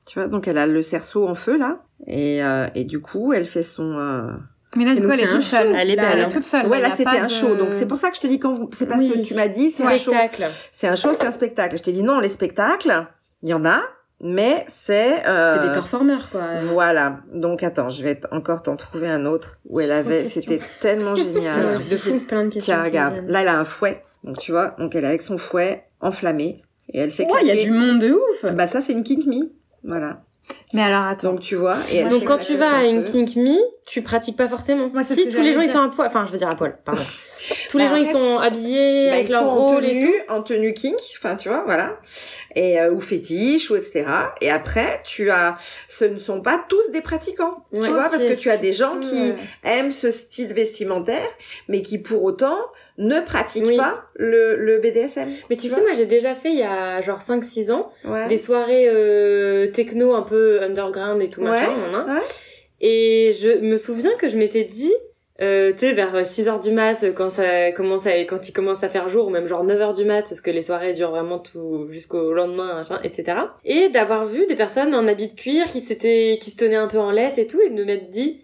Speaker 4: tu vois donc elle a le cerceau en feu là et, euh, et du coup elle fait son euh,
Speaker 5: Mais là,
Speaker 3: Et
Speaker 5: du
Speaker 3: donc,
Speaker 5: coup, elle
Speaker 3: c'est
Speaker 5: est
Speaker 3: un
Speaker 5: toute seule.
Speaker 7: show. Elle est
Speaker 5: Là,
Speaker 7: belle, hein.
Speaker 5: toute seule.
Speaker 4: ouais
Speaker 5: Il y
Speaker 4: là
Speaker 5: a
Speaker 4: c'était
Speaker 5: pas
Speaker 4: un
Speaker 5: de-
Speaker 4: show donc c'est pour ça que je te dis quand vous c'est parce que
Speaker 3: Oui.
Speaker 4: tu m'as dit c'est un show,
Speaker 7: Spectacle.
Speaker 4: c'est un show c'est un spectacle, je t'ai dit non les spectacles il y en a mais c'est euh,
Speaker 3: C'est des performeurs, quoi.
Speaker 4: Voilà. Donc attends, je vais t- encore t'en trouver un autre où elle avait. C'était tellement
Speaker 3: Ah,
Speaker 4: génial.
Speaker 3: ouais, j'ai plein de questions.
Speaker 4: Tiens,
Speaker 3: qui
Speaker 4: regarde.
Speaker 3: viennent.
Speaker 4: Là, elle a un fouet. Donc tu vois, donc elle est avec son fouet enflammé et elle fait.
Speaker 3: Ouais, il y a
Speaker 4: claquer-
Speaker 3: du monde de ouf
Speaker 4: Bah ça, c'est une kink me. Voilà.
Speaker 5: Mais alors, attends.
Speaker 4: Donc tu vois. Et elle
Speaker 7: Donc
Speaker 4: fait
Speaker 7: quand tu
Speaker 4: claquer
Speaker 7: vas
Speaker 4: son
Speaker 7: à une
Speaker 4: feu.
Speaker 7: kink me, tu pratiques pas forcément.
Speaker 5: Moi, c'est ce
Speaker 7: si
Speaker 5: que
Speaker 7: tous les
Speaker 5: j'allais
Speaker 7: gens ils
Speaker 5: dire.
Speaker 7: sont à poil, enfin je veux dire à poil, pardon. tous les
Speaker 4: Bah,
Speaker 7: gens
Speaker 4: en
Speaker 7: ils
Speaker 4: fait,
Speaker 7: sont habillés
Speaker 4: Bah,
Speaker 7: avec
Speaker 4: ils
Speaker 7: leur
Speaker 4: sont en
Speaker 7: rôle et tout.
Speaker 4: tenue, en tenue kink, enfin tu vois, voilà, et euh, ou fétiche ou etc. Et après, tu as, ce ne sont pas tous des pratiquants,
Speaker 7: Ouais.
Speaker 4: tu vois,
Speaker 7: Ok.
Speaker 4: parce que tu as des gens qui
Speaker 5: Ouais.
Speaker 4: aiment ce style vestimentaire, mais qui pour autant ne pratiquent
Speaker 7: Oui.
Speaker 4: pas le, le BDSM.
Speaker 7: Mais tu,
Speaker 4: Tu
Speaker 7: sais,
Speaker 4: vois
Speaker 7: moi j'ai déjà fait il y a genre 5-6 ans
Speaker 4: Ouais.
Speaker 7: des soirées euh, techno un peu underground et tout
Speaker 4: Ouais,
Speaker 7: machin. nan, nan.
Speaker 4: ouais.
Speaker 7: Et je me souviens que je m'étais dit, euh, tu sais, vers 6 heures du mat, quand, ça commence à, quand il commence à faire jour, ou même genre 9 heures du mat, parce que les soirées durent vraiment tout jusqu'au lendemain, machin, etc. Et d'avoir vu des personnes en habit de cuir qui, s'étaient- qui se tenaient un peu en laisse et tout, et de m'être dit,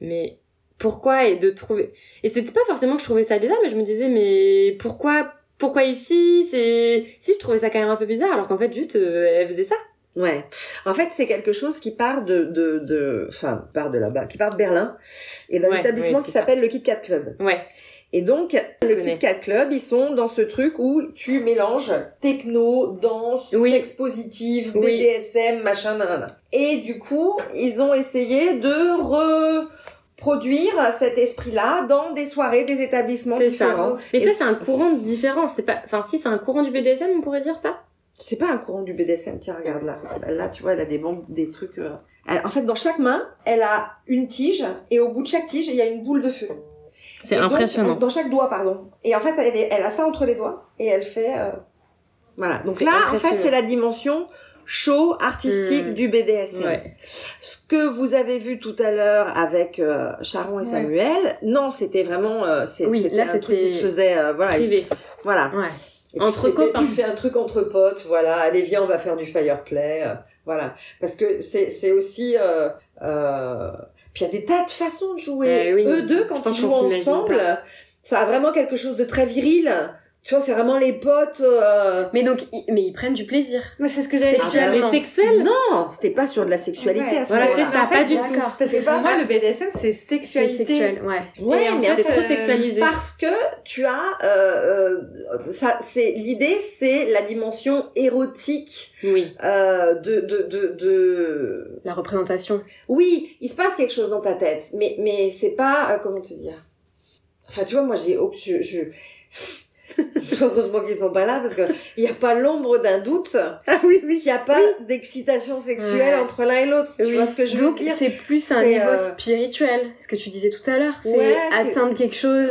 Speaker 7: mais pourquoi Et de trouver. Et c'était pas forcément que je trouvais ça bizarre, mais je me disais, mais pourquoi pourquoi ici C'est si je trouvais ça quand même un peu bizarre, alors qu'en fait juste euh, elle faisait ça.
Speaker 4: Ouais. En fait, c'est quelque chose qui part de, de, de, enfin, part de là-bas, qui part de Berlin et d'un
Speaker 7: Ouais,
Speaker 4: établissement
Speaker 7: ouais,
Speaker 4: qui
Speaker 7: c'est ça.
Speaker 4: s'appelle le Kit Kat Club.
Speaker 7: Ouais.
Speaker 4: Et donc, le
Speaker 7: connais.
Speaker 4: Kit Kat Club, ils sont dans ce truc où tu mélanges techno, danse,
Speaker 7: Oui.
Speaker 4: sexe positive,
Speaker 7: Oui.
Speaker 4: BDSM, machin, nanana. Et du coup, ils ont essayé de reproduire cet esprit-là dans des soirées, des établissements
Speaker 7: C'est ça.
Speaker 4: différents.
Speaker 7: Mais
Speaker 4: Et-
Speaker 7: ça c'est un courant différent. C'est pas, enfin si c'est un courant du BDSM, on pourrait dire ça.
Speaker 4: C'est pas un courant du BDSM. Tiens, regarde là. Là, tu vois, elle a des bombes, des trucs. euh. Elle- en fait, dans chaque main, elle a une tige et au bout de chaque tige, il y a une boule de feu.
Speaker 7: C'est
Speaker 4: Et donc,
Speaker 7: impressionnant.
Speaker 4: en- dans chaque doigt, pardon. Et en fait, elle, est- elle a ça entre les doigts et elle fait. euh, Voilà. Donc
Speaker 7: C'est
Speaker 4: là, en
Speaker 7: impressionnant.
Speaker 4: fait, c'est la dimension show artistique
Speaker 7: Hmm.
Speaker 4: du BDSM.
Speaker 7: Ouais.
Speaker 4: Ce que vous avez vu tout à l'heure avec euh, Charon et
Speaker 5: Ouais.
Speaker 4: Samuel, non, c'était vraiment. euh, c'est-
Speaker 3: Oui,
Speaker 4: c'était
Speaker 3: là,
Speaker 4: un truc
Speaker 3: c'était
Speaker 4: qui se faisait. euh, voilà, il-
Speaker 7: Privé.
Speaker 4: voilà.
Speaker 3: Ouais.
Speaker 4: Et puis,
Speaker 7: Entre
Speaker 4: c'était,
Speaker 7: copains.
Speaker 4: Tu fais un truc entre potes, voilà. Allez, viens, on va faire du fireplay. euh, voilà. Parce que c'est, c'est aussi... Euh, euh, Puis il y a des tas de façons de jouer.
Speaker 7: Eh oui.
Speaker 4: Eux
Speaker 7: Je
Speaker 4: deux, quand ils
Speaker 7: pense
Speaker 4: jouent
Speaker 7: qu'on s'imagine
Speaker 4: ensemble, ça a vraiment quelque chose de très viril. Tu vois, c'est vraiment les potes. euh,
Speaker 3: Mais donc, ils, mais ils prennent du plaisir.
Speaker 5: Mais c'est ce que j'allais
Speaker 4: Sexuellement.
Speaker 5: dire. Mais sexuel
Speaker 4: Non, c'était pas sur de la sexualité
Speaker 5: Ouais.
Speaker 4: à ce
Speaker 5: Voilà,
Speaker 4: moment-là.
Speaker 5: c'est ça,
Speaker 3: En fait,
Speaker 5: pas du tout.
Speaker 3: d'accord.
Speaker 5: Parce que pour moi, le BDSM, c'est
Speaker 3: C'est
Speaker 5: sexualité.
Speaker 3: sexuel, ouais.
Speaker 5: Et
Speaker 4: Ouais,
Speaker 5: en
Speaker 4: mais euh, en
Speaker 5: fait,
Speaker 4: fait,
Speaker 5: c'est trop sexualisé.
Speaker 4: parce que tu as euh, euh, ça c'est l'idée c'est la dimension érotique
Speaker 2: Oui.
Speaker 4: euh, de, de de de
Speaker 3: La représentation.
Speaker 4: oui il se passe quelque chose dans ta tête mais mais c'est pas euh, comment te dire enfin tu vois moi j'ai oh, je, [LAUGHS] je... heureusement qu'ils sont pas là parce que il y a pas l'ombre d'un doute ah oui oui il y a pas d'excitation sexuelle
Speaker 3: Ouais.
Speaker 4: entre l'un et l'autre tu
Speaker 3: Oui.
Speaker 4: vois ce que je
Speaker 3: Donc,
Speaker 4: veux dire
Speaker 3: c'est plus un
Speaker 4: c'est,
Speaker 3: niveau
Speaker 4: euh,
Speaker 3: spirituel, ce que tu disais tout à l'heure. C'est
Speaker 4: Ouais, c'est-
Speaker 3: atteindre quelque chose.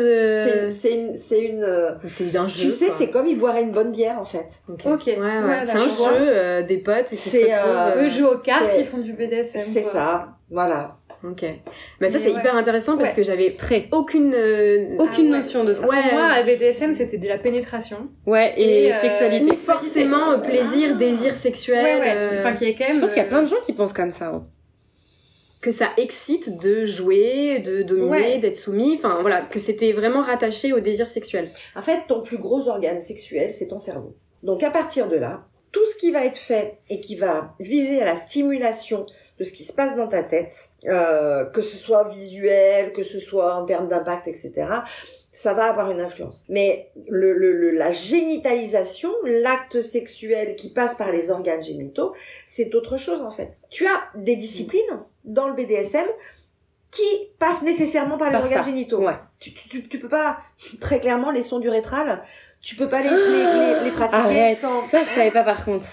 Speaker 4: c'est
Speaker 3: euh,
Speaker 4: c'est une c'est une euh,
Speaker 3: ou C'est d'un jeu.
Speaker 4: tu sais
Speaker 3: quoi.
Speaker 4: c'est comme y boire une bonne bière en fait
Speaker 3: Ok.
Speaker 5: Ok.
Speaker 3: Ouais, ouais.
Speaker 5: Ouais,
Speaker 3: c'est
Speaker 5: bah,
Speaker 3: un
Speaker 5: je vois.
Speaker 3: jeu euh, des potes qui se
Speaker 4: C'est,
Speaker 3: retrouvent.
Speaker 4: euh,
Speaker 5: Eux jouent aux cartes,
Speaker 4: c'est-
Speaker 5: ils font du BDSM.
Speaker 4: C'est
Speaker 5: quoi.
Speaker 4: ça, voilà.
Speaker 3: Ok. Mais ça,
Speaker 5: Mais
Speaker 3: c'est
Speaker 5: ouais.
Speaker 3: hyper intéressant parce
Speaker 5: Ouais.
Speaker 3: que j'avais très aucune. euh,
Speaker 5: Aucune
Speaker 3: ah ouais.
Speaker 5: notion de ça.
Speaker 3: Ouais.
Speaker 5: Pour moi, BDSM, c'était de la pénétration.
Speaker 7: Ouais, et,
Speaker 5: Et, euh, Ah.
Speaker 7: sexualité.
Speaker 3: Ou forcément euh, plaisir, désir sexuel.
Speaker 5: Ouais, ouais.
Speaker 3: euh,
Speaker 5: Enfin, qui est quand même.
Speaker 7: Je pense qu'il y a
Speaker 5: euh,
Speaker 7: plein de gens qui pensent comme ça. hein.
Speaker 3: que ça excite de jouer, de dominer,
Speaker 5: Ouais.
Speaker 3: d'être soumis. Enfin voilà, que c'était vraiment rattaché au désir sexuel.
Speaker 4: En fait, ton plus gros organe sexuel, c'est ton cerveau. Donc à partir de là, tout ce qui va être fait et qui va viser à la stimulation de ce qui se passe dans ta tête, euh, que ce soit visuel, que ce soit en termes d'impact, etc., ça va avoir une influence. Mais le, le- le- la génitalisation, l'acte sexuel qui passe par les organes génitaux, c'est autre chose en fait. Tu as des disciplines dans le BDSM qui passent nécessairement par les
Speaker 7: Par
Speaker 4: organes
Speaker 7: ça,
Speaker 4: génitaux.
Speaker 7: ouais.
Speaker 4: Tu, tu, tu- tu peux pas, très clairement, les sons du rétral, tu peux pas les, les- [GASPS] les- les pratiquer
Speaker 7: Arrête.
Speaker 4: sans...
Speaker 7: Ça, je savais pas par contre.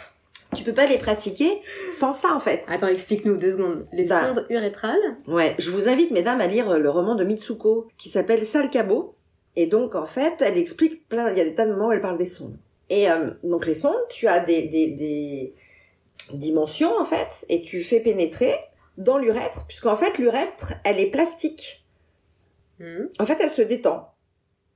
Speaker 4: Tu peux pas les pratiquer sans ça en fait.
Speaker 3: Attends, explique-nous deux secondes. Les
Speaker 4: Bah.
Speaker 3: sondes urétrales.
Speaker 4: Ouais, je vous invite, mesdames, à lire euh, le roman de Mitsuko qui s'appelle Salkabo. Et donc, en fait, elle explique plein, il y a des tas de moments où elle parle des sondes. Et euh, donc, les sondes, tu as des, des, des dimensions, en fait, et tu fais pénétrer dans l'urètre, puisqu'en fait, l'urètre, elle est plastique.
Speaker 3: Mhm.
Speaker 4: En fait, elle se détend.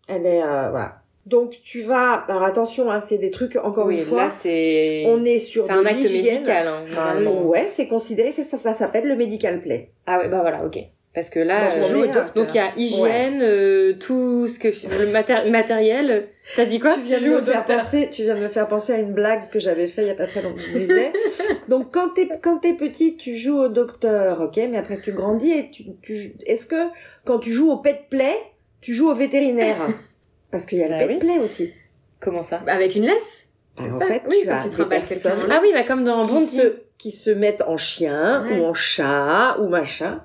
Speaker 4: Elle est, euh, voilà. Donc, tu vas, alors attention, hein, c'est des trucs, encore
Speaker 7: oui,
Speaker 4: une fois,
Speaker 7: là, c'est.
Speaker 4: on est sur
Speaker 7: C'est un
Speaker 4: de
Speaker 7: acte
Speaker 4: l'hygiène.
Speaker 7: médical. hein,
Speaker 4: Ah,
Speaker 7: vraiment.
Speaker 4: ouais, c'est considéré, c'est ça, ça s'appelle le medical play.
Speaker 7: Ah ouais, bah voilà, ok. Parce que là,
Speaker 4: Moi,
Speaker 7: euh,
Speaker 4: je joue au docteur.
Speaker 7: donc il y a hygiène, euh, tout ce que le maté- matériel. T'as dit quoi
Speaker 4: tu viens de
Speaker 7: joues
Speaker 4: me
Speaker 7: au
Speaker 4: faire
Speaker 7: docteur.
Speaker 4: penser, tu viens de me faire penser à une blague que j'avais fait il y a pas très longtemps. Je
Speaker 3: [LAUGHS]
Speaker 4: disais. Donc quand t'es quand t'es petit, tu joues au docteur, ok, mais après tu grandis et tu, tu est-ce que quand tu joues au pet play, tu joues au vétérinaire Parce qu'il y a le
Speaker 7: Bah
Speaker 4: pet
Speaker 7: oui.
Speaker 4: play aussi.
Speaker 7: Comment ça
Speaker 3: Avec une laisse.
Speaker 4: Alors, en
Speaker 3: ça.
Speaker 4: fait,
Speaker 3: Oui,
Speaker 4: tu
Speaker 3: quand
Speaker 4: as
Speaker 3: tu
Speaker 4: des
Speaker 3: trimbales quelqu'un
Speaker 4: personnes
Speaker 3: dans
Speaker 7: Ah oui, bah comme dans
Speaker 4: qui
Speaker 7: Bond.
Speaker 4: se qui se mettent en chien
Speaker 3: Ouais.
Speaker 4: ou en chat ou machin.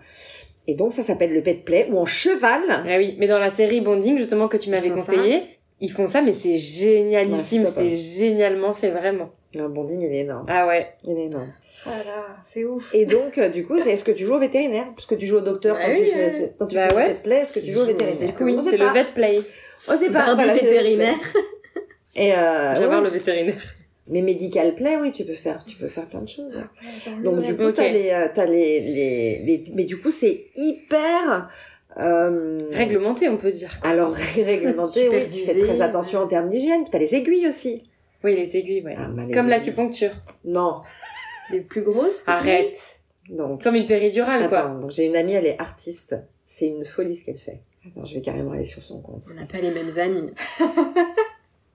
Speaker 4: Et donc ça s'appelle le pet play ou en cheval.
Speaker 7: Ah oui, mais dans la série Bonding justement que tu m'avais
Speaker 3: Ils font ça.
Speaker 7: conseillé, ils font ça, mais c'est génialissime,
Speaker 4: Ouais, c'est top,
Speaker 7: c'est génialement fait vraiment.
Speaker 4: Un bonding, il est énorme.
Speaker 7: Ah ouais.
Speaker 4: Il est énorme.
Speaker 5: Voilà, c'est ouf.
Speaker 4: Et donc, euh, du coup, c'est est-ce que tu joues au vétérinaire Parce que tu joues au docteur
Speaker 3: Bah
Speaker 4: quand
Speaker 3: oui,
Speaker 4: tu fais,
Speaker 3: ouais.
Speaker 4: c'est- quand tu
Speaker 7: Bah
Speaker 4: fais
Speaker 7: ouais.
Speaker 4: le pet play, est-ce que tu joues au vétérinaire
Speaker 7: Oui,
Speaker 4: On sait
Speaker 7: c'est le
Speaker 4: pas.
Speaker 7: vet play.
Speaker 4: On sait pas.
Speaker 3: Barbie
Speaker 4: c'est le
Speaker 3: vétérinaire.
Speaker 4: vet play. [LAUGHS] Et euh,
Speaker 7: J'adore
Speaker 4: ouais.
Speaker 7: le
Speaker 4: [LAUGHS]
Speaker 7: vétérinaire.
Speaker 4: mais medical play, oui, tu peux faire, tu peux faire plein de choses. ouais. Donc du coup,
Speaker 7: Ok.
Speaker 4: t'as les, euh, t'as les, les, les- mais du coup, c'est hyper euh,
Speaker 7: Réglementé, on peut dire. quoi.
Speaker 4: Alors [LAUGHS] ré- réglementé, oui, tu fais
Speaker 3: Supervisé,
Speaker 4: très attention en termes d'hygiène. T'as les aiguilles aussi.
Speaker 7: Oui, les aiguilles, ouais.
Speaker 4: Ah, bah, les
Speaker 7: Comme
Speaker 4: aiguilles.
Speaker 7: l'acupuncture.
Speaker 4: Non,
Speaker 3: Des plus grosses.
Speaker 7: Arrête.
Speaker 4: donc.
Speaker 7: Comme une péridurale, quoi.
Speaker 4: Attends, donc j'ai une amie, elle est artiste. C'est une folie ce qu'elle fait. Attends, je vais carrément aller sur son compte.
Speaker 3: On n'a pas les mêmes amis.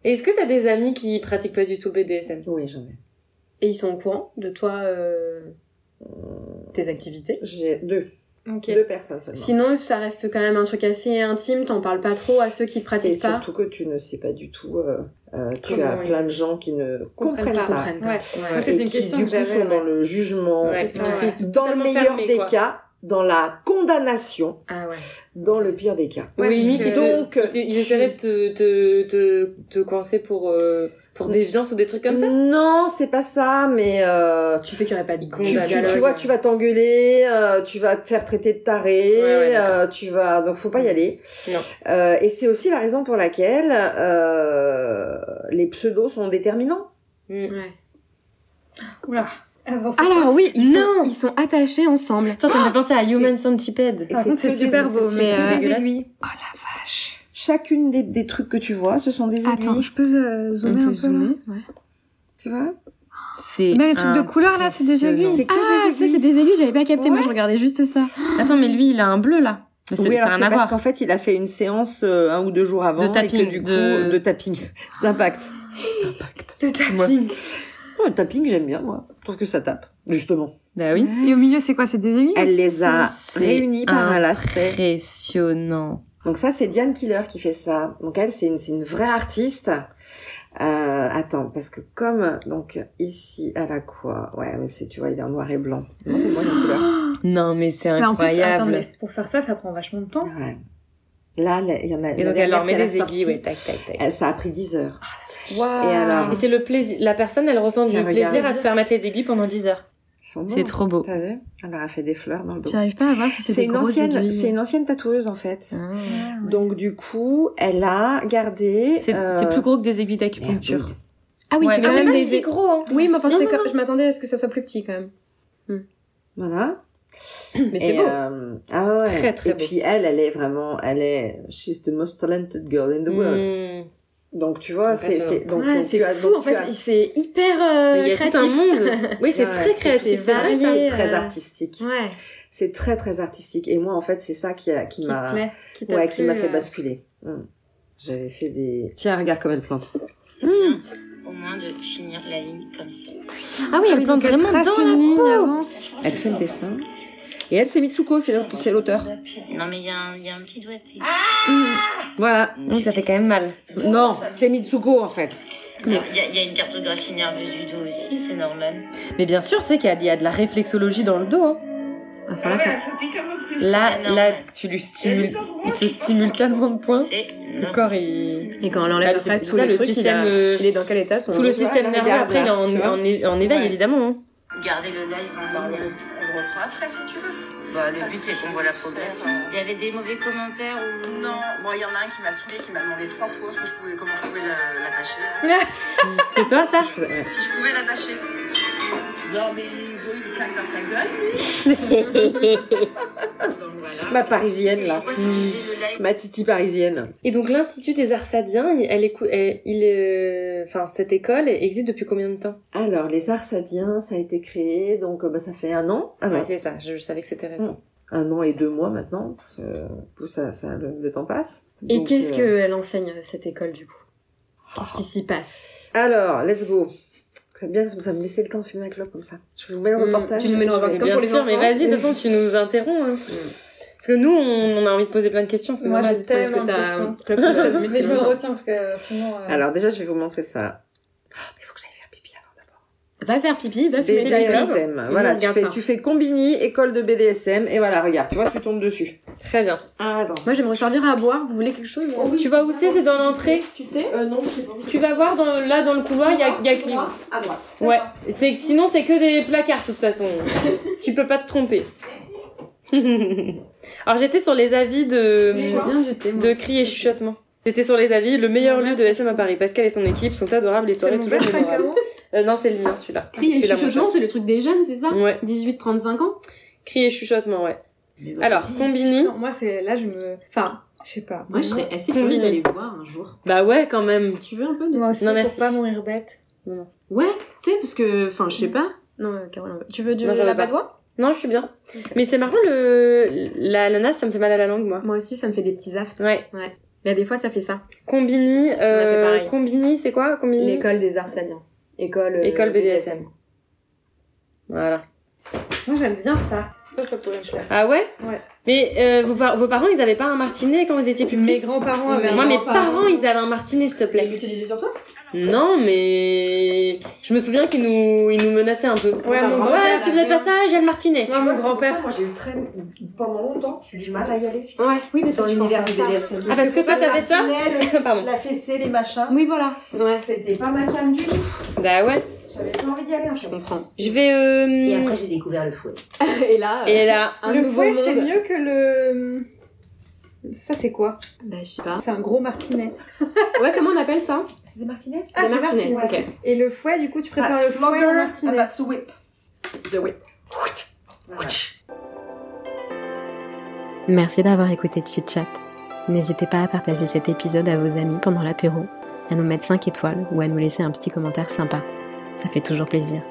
Speaker 7: Est-ce que t'as des amis qui pratiquent pas du tout le BDSM
Speaker 4: Oui, j'en ai.
Speaker 3: Et ils sont au courant de toi, euh, tes activités.
Speaker 4: J'ai deux.
Speaker 5: euh, Ok.
Speaker 4: Deux personnes seulement.
Speaker 3: Sinon, ça reste quand même un truc assez intime. T'en parles pas trop à ceux qui pratiquent
Speaker 4: C'est
Speaker 3: pas.
Speaker 4: surtout que tu ne sais pas du tout. euh, euh, tu
Speaker 7: Comment
Speaker 4: as
Speaker 7: ils-
Speaker 4: plein de gens qui ne comprennent,
Speaker 5: comprennent
Speaker 4: pas.
Speaker 5: pas.
Speaker 3: comprennent pas.
Speaker 5: Ouais.
Speaker 3: Ouais.
Speaker 5: Moi,
Speaker 4: et
Speaker 5: c'est une
Speaker 4: qui,
Speaker 5: question
Speaker 4: du
Speaker 5: que
Speaker 4: coup,
Speaker 5: j'avais.
Speaker 4: sont dans
Speaker 5: ouais.
Speaker 4: le jugement,
Speaker 7: Ouais,
Speaker 5: c'est
Speaker 4: qui
Speaker 5: ça, ouais.
Speaker 4: sont dans le
Speaker 7: Totalement
Speaker 4: meilleur
Speaker 7: fermé,
Speaker 4: des
Speaker 7: quoi.
Speaker 4: cas, dans la condamnation,
Speaker 3: Ah ouais.
Speaker 4: dans le pire des cas.
Speaker 7: oui,
Speaker 5: Ouais, parce
Speaker 7: limite,
Speaker 5: que-
Speaker 7: ils te-
Speaker 4: Donc,
Speaker 7: ils te- ils essaieraient de te, te, te, te coincer pour, euh, pour déviance ou des trucs comme ça.
Speaker 4: non, c'est pas ça, mais euh,
Speaker 3: Tu sais qu'il y aurait pas de
Speaker 4: tu, tu-
Speaker 3: dialogue.
Speaker 4: tu vois, tu vas t'engueuler, euh, tu vas te faire traiter de taré,
Speaker 7: Ouais, ouais, d'accord. Mm.
Speaker 4: euh, tu vas, donc faut pas y aller.
Speaker 7: Non.
Speaker 4: Euh, et c'est aussi la raison pour laquelle euh, les pseudos sont déterminants. Mmh.
Speaker 5: Oula. Ah, Alors,
Speaker 8: Alors oui, ils sont,
Speaker 7: Non.
Speaker 8: ils sont attachés ensemble.
Speaker 7: Ça, ça me fait penser à Human Centipede.
Speaker 4: Ah, Et
Speaker 5: Par contre,
Speaker 4: que
Speaker 5: c'est super
Speaker 4: des-
Speaker 5: beau,
Speaker 4: c'est
Speaker 5: mais,
Speaker 4: que
Speaker 5: euh,
Speaker 4: des
Speaker 7: dégueulasse.
Speaker 4: aiguilles.
Speaker 10: Oh
Speaker 4: Chacune des, des trucs que tu vois, ce sont des aiguilles.
Speaker 8: Attends, je peux euh, On zoomer peut un peu là zoomer, ouais.
Speaker 4: Tu vois
Speaker 7: C'est
Speaker 8: Même les trucs de couleur là, c'est des
Speaker 7: impressionnant.
Speaker 8: aiguilles.
Speaker 4: C'est que
Speaker 8: Ah,
Speaker 4: des
Speaker 8: ça c'est des aiguilles, j'avais pas capté, moi
Speaker 4: Ouais.
Speaker 8: je regardais juste ça.
Speaker 7: Attends, mais lui, il a un bleu là.
Speaker 10: Mais c'est
Speaker 4: Oui,
Speaker 10: ça a rien
Speaker 4: alors c'est
Speaker 10: à
Speaker 4: parce
Speaker 10: voir.
Speaker 4: qu'en fait, il a fait une séance euh, un ou deux jours avant.
Speaker 10: De
Speaker 4: et que
Speaker 10: tapping,
Speaker 4: du coup, euh,
Speaker 10: de-
Speaker 4: de tapping. [LAUGHS] D'impact.
Speaker 7: [LAUGHS]
Speaker 10: Moi.
Speaker 4: Oh, le tapping, j'aime bien, moi. Je trouve que ça tape, justement.
Speaker 7: Ah
Speaker 10: Bah oui.
Speaker 11: Et au milieu, c'est quoi C'est des aiguilles
Speaker 4: Elle les a
Speaker 10: c'est
Speaker 4: réunis par un lacet.
Speaker 10: Impressionnant.
Speaker 4: Donc ça, c'est Diane Killer qui fait ça. Donc elle, c'est une, c'est une vraie artiste. Euh, attends, parce que comme donc ici, elle a quoi Ouais, mais c'est tu vois, il est en noir et blanc. Non, c'est moi la couleur.
Speaker 7: Non, mais c'est
Speaker 11: Mais en plus,
Speaker 7: incroyable.
Speaker 5: Attends, mais pour faire ça, ça prend vachement de temps.
Speaker 4: Ouais. Là, là, il y en a.
Speaker 7: Et
Speaker 4: la
Speaker 7: donc elle leur
Speaker 4: dernière
Speaker 7: met
Speaker 4: qu'elle a
Speaker 7: des aiguilles,
Speaker 4: sortie,
Speaker 7: ouais, tac, tac, tac.
Speaker 4: elle- Ça a pris 10 heures.
Speaker 7: Waouh.
Speaker 4: Et alors
Speaker 7: Et c'est le plaisir. La personne, elle ressent du
Speaker 4: Tiens,
Speaker 7: plaisir
Speaker 4: regarde.
Speaker 7: à se faire mettre les aiguilles pendant 10 heures. Oh.
Speaker 4: Ils sont beaux,
Speaker 10: C'est trop beau.
Speaker 4: T'as vu Elle leur a fait des fleurs dans le dos.
Speaker 11: J'arrive pas à voir si c'est
Speaker 4: C'est
Speaker 11: des
Speaker 4: une
Speaker 11: grosses
Speaker 4: ancienne,
Speaker 11: aiguilles.
Speaker 4: c'est une ancienne tatoueuse en fait.
Speaker 10: Ah.
Speaker 4: Donc du coup, elle a gardé.
Speaker 10: C'est
Speaker 4: euh,
Speaker 10: c'est plus gros que des aiguilles
Speaker 4: merde,
Speaker 10: d'acupuncture.
Speaker 4: oui.
Speaker 11: Ah oui,
Speaker 10: Ouais,
Speaker 11: c'est
Speaker 10: mais
Speaker 11: quand
Speaker 10: c'est pas
Speaker 11: même des
Speaker 7: si
Speaker 11: aiguilles.
Speaker 7: gros, hein.
Speaker 3: Oui, mais enfin,
Speaker 7: Non,
Speaker 3: c'est
Speaker 7: non,
Speaker 3: que- je m'attendais à ce que ça soit plus petit quand même.
Speaker 4: Voilà.
Speaker 3: Mais c'est
Speaker 4: Et,
Speaker 3: beau.
Speaker 4: euh, ah ouais.
Speaker 7: Très, très
Speaker 4: Et
Speaker 7: beau.
Speaker 4: puis elle, elle est vraiment, elle est, she's the most talented girl in the world.
Speaker 7: Mmh.
Speaker 4: Donc tu vois, c'est,
Speaker 7: Impressionnant.
Speaker 4: Mm. Ah, c'est, donc,
Speaker 3: Ouais,
Speaker 4: donc,
Speaker 3: c'est
Speaker 4: tu as-
Speaker 3: fou
Speaker 4: donc,
Speaker 3: en
Speaker 4: tu
Speaker 3: fait,
Speaker 4: as-
Speaker 3: il- c'est hyper euh,
Speaker 7: Mais il y a
Speaker 3: créatif.
Speaker 7: tout un monde. Oui, c'est
Speaker 4: [LAUGHS] Ouais,
Speaker 7: très
Speaker 4: c'est
Speaker 7: créatif. C'est vrai, ça.
Speaker 4: C'est
Speaker 3: varié,
Speaker 4: très
Speaker 3: euh,
Speaker 4: artistique.
Speaker 3: [LAUGHS] Ouais.
Speaker 4: C'est très très artistique. Et moi en fait, c'est ça qui, a, qui,
Speaker 5: Qui te
Speaker 4: m'a,
Speaker 5: plaît, qui t'a
Speaker 4: ouais, qui
Speaker 5: plu,
Speaker 4: m'a fait
Speaker 5: euh.
Speaker 4: basculer. Hum. J'avais fait des. Tiens, regarde comme elle plante.
Speaker 12: au moins de finir la ligne comme ça.
Speaker 10: Ah oui, elle plante vraiment dans la peau.
Speaker 4: Elle fait le dessin. Et elle, c'est Mitsuko, c'est, l'aute- c'est l'auteur.
Speaker 12: Non mais il y, a un- il y a un petit doigté.
Speaker 4: Voilà.
Speaker 7: Oui, ça fait quand même mal.
Speaker 4: Non, c'est Mitsuko en fait.
Speaker 12: Alors, Il y, a- il y a une cartographie nerveuse du dos aussi, c'est normal.
Speaker 7: Mais bien sûr, tu sais qu'il y, a- il y a de la réflexologie dans le dos. hein. Là,
Speaker 3: Ah
Speaker 12: C'est
Speaker 7: là,
Speaker 12: normal.
Speaker 7: tu lui stimules. Il se stimule tellement de points.
Speaker 12: C'est
Speaker 7: Le
Speaker 12: normal.
Speaker 7: corps, il...
Speaker 3: Et quand on l'enlève
Speaker 7: Ah,
Speaker 3: après,
Speaker 7: c'est
Speaker 3: tout le
Speaker 7: ça, le
Speaker 3: truc, il, a-
Speaker 7: système, euh,
Speaker 3: il est dans quel état son
Speaker 7: Tout le
Speaker 3: tu vois,
Speaker 7: système
Speaker 3: là,
Speaker 7: nerveux,
Speaker 3: regarde,
Speaker 7: après, il est
Speaker 3: là,
Speaker 7: en,
Speaker 3: tu vois.
Speaker 7: en é- en éveil,
Speaker 12: Ouais.
Speaker 7: évidemment. hein.
Speaker 12: Gardez le live en arrière.
Speaker 13: On le reprend après si tu veux.
Speaker 12: Bah, le but c'est qu'on voit la progression. Il y avait des mauvais commentaires ou
Speaker 13: Non, bon, il y en a un qui m'a saoulé, qui m'a demandé trois fois ce que je pouvais, comment je pouvais la- l'attacher.
Speaker 7: C'est toi, ça
Speaker 13: Si je pouvais l'attacher. Non, mais il veut une claque dans sa gueule.
Speaker 12: Donc, voilà.
Speaker 7: Bah,
Speaker 4: Ma parisienne là.
Speaker 12: Pourquoi tu faisais le live
Speaker 4: Ma titi parisienne.
Speaker 7: Et donc, l'Institut des Arts Sadiens, il- elle écou- elle- il, euh, enfin, cette école existe depuis combien de temps
Speaker 4: Alors, les Arsadiens, ça a été créé, donc euh, bah, ça fait un an. Ah, ouais.
Speaker 7: C'est ça, je, je savais que c'était récent.
Speaker 4: Un an et deux mois maintenant, parce que, euh, ça, ça, le, le temps passe.
Speaker 3: Et
Speaker 4: Donc,
Speaker 3: qu'est-ce
Speaker 4: euh,
Speaker 3: qu'elle enseigne, cette école, du coup Qu'est-ce qui s'y passe
Speaker 4: Alors, let's go. C'est bien parce que ça me laissait le temps de fumer un clope comme ça. Je vous mets le
Speaker 3: Mm,
Speaker 4: reportage.
Speaker 3: tu nous mets le
Speaker 4: Je vais-
Speaker 3: reportage. Comme
Speaker 7: Bien
Speaker 3: pour les
Speaker 7: sûr, mais
Speaker 3: enfants.
Speaker 7: vas-y, de toute façon, tu nous interromps. hein. Parce que nous, on, on a envie de poser plein de questions, c'est
Speaker 5: Moi,
Speaker 7: normal.
Speaker 5: j'ai tellement de questions. [LAUGHS] Ah, Mais je me retiens parce que sinon. euh,
Speaker 4: Alors, déjà, je vais vous montrer ça. Ah, mais il faut que j'aille faire pipi avant d'abord.
Speaker 3: Va faire pipi, va fumer ta clope.
Speaker 4: BDSM. Voilà,
Speaker 3: Nous, on
Speaker 4: tu
Speaker 3: regarde
Speaker 4: fais,
Speaker 3: ça.
Speaker 4: tu fais combini, école de BDSM, et voilà, regarde, tu vois, tu tombes dessus.
Speaker 7: Très bien.
Speaker 4: Ah, attends.
Speaker 3: Moi, j'aimerais servir à boire. Vous voulez quelque chose
Speaker 7: Tu vois où c'est C'est dans l'entrée
Speaker 3: Tu t'es
Speaker 7: Tu vas voir dans, là dans le couloir, il y a, il y a que-
Speaker 3: À droite.
Speaker 7: Ouais, c'est sinon c'est que des placards de toute façon. tu peux pas te tromper. Alors j'étais sur les avis de
Speaker 3: J'ai bien jeté, moi.
Speaker 7: de cris et chuchotements. J'étais sur les avis, le meilleur lieu de SM à Paris. Pascal et son équipe sont adorables, les soirées toujours mémorables. Euh, non, c'est le mien celui-là.
Speaker 11: Cris et
Speaker 7: Celui-là, mon
Speaker 11: chuchotement, c'est le truc des jeunes, c'est ça
Speaker 7: chat. Ouais,
Speaker 11: 18-35 ans
Speaker 7: cris et chuchotements, ouais. Alors, combini.
Speaker 5: Putain, moi, c'est là, je me. Enfin, je sais pas.
Speaker 11: Moi, je serais assez
Speaker 7: Combini.
Speaker 11: curieuse d'aller voir un jour.
Speaker 7: Bah ouais, quand même.
Speaker 11: Tu veux un peu de...
Speaker 5: Moi aussi,
Speaker 7: Non,
Speaker 5: pour
Speaker 7: merci.
Speaker 5: pas mourir bête.
Speaker 11: Ouais, tu sais, parce que... Enfin, je sais pas.
Speaker 3: Non, euh, Caroline, tu veux du
Speaker 7: Mm. Non, j'en ai
Speaker 3: la
Speaker 7: pas.
Speaker 3: patois
Speaker 7: Non, je suis bien. Mais c'est marrant le la l'ananas, ça me fait mal à la langue moi.
Speaker 3: Moi aussi, ça me fait des petits aftes.
Speaker 7: Ouais.
Speaker 3: Mais des fois, ça fait ça.
Speaker 7: Combini euh,
Speaker 3: pareil.
Speaker 7: combini, c'est quoi Combini
Speaker 3: L'école des Arsaniens. Mmh. École, euh,
Speaker 7: École BDSM. Voilà.
Speaker 5: Moi, j'aime bien ça. Ça, ça pourrait me plaire.
Speaker 7: Ah ouais
Speaker 5: Ouais.
Speaker 7: Mais euh, vos, par- vos parents, ils avaient pas un martinet quand vous étiez plus
Speaker 5: Mes
Speaker 7: petit
Speaker 5: grands-parents avaient.
Speaker 7: Moi,
Speaker 5: un
Speaker 7: mes
Speaker 5: grand-parent.
Speaker 7: parents, ils avaient un martinet, s'il te plaît.
Speaker 11: l'utiliser sur toi
Speaker 7: Non, mais... Je me souviens qu'ils nous, ils nous menaçaient un peu.
Speaker 5: Ouais,
Speaker 7: Ouais,
Speaker 5: mon grand-père
Speaker 7: si vous êtes pas ça, j'ai le martinet.
Speaker 5: Moi, mon grand-père.
Speaker 4: Moi, j'ai eu très, pendant longtemps, j'ai du mal à y aller.
Speaker 3: Ouais. Oui, mais
Speaker 4: Dans
Speaker 3: tu
Speaker 4: l'univers du
Speaker 3: penses à ça.
Speaker 4: BDSM.
Speaker 7: Ah, parce que toi, t'avais ça Pardon.
Speaker 4: La fessée, les machins.
Speaker 3: Oui, voilà. Ouais.
Speaker 4: C'était pas ma cam du tout.
Speaker 7: Bah ouais.
Speaker 4: J'avais pas envie d'y aller en fait.
Speaker 7: Je vais... euh,
Speaker 4: Et après j'ai découvert le fouet.
Speaker 3: Et là, euh,
Speaker 7: Et là...
Speaker 3: un
Speaker 5: Le
Speaker 3: nouveau
Speaker 5: fouet, c'est
Speaker 3: monde.
Speaker 5: mieux que le. Ça, c'est quoi
Speaker 3: Bah, je sais pas.
Speaker 5: C'est un gros martinet.
Speaker 3: Ouais, comment on appelle ça
Speaker 4: C'est des martinets
Speaker 5: Ah,
Speaker 3: Le
Speaker 5: c'est
Speaker 3: martinet,
Speaker 5: martinet.
Speaker 3: ok.
Speaker 5: Et le fouet, du coup, tu préfères le fouet ou le martinet
Speaker 4: That's a whip.
Speaker 3: The Whip.
Speaker 1: Merci d'avoir écouté Chit Chat. N'hésitez pas à partager cet épisode à vos amis pendant l'apéro, à nous mettre 5 étoiles ou à nous laisser un petit commentaire sympa. Ça fait toujours plaisir.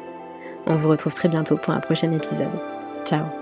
Speaker 1: On vous retrouve très bientôt pour un prochain épisode. Ciao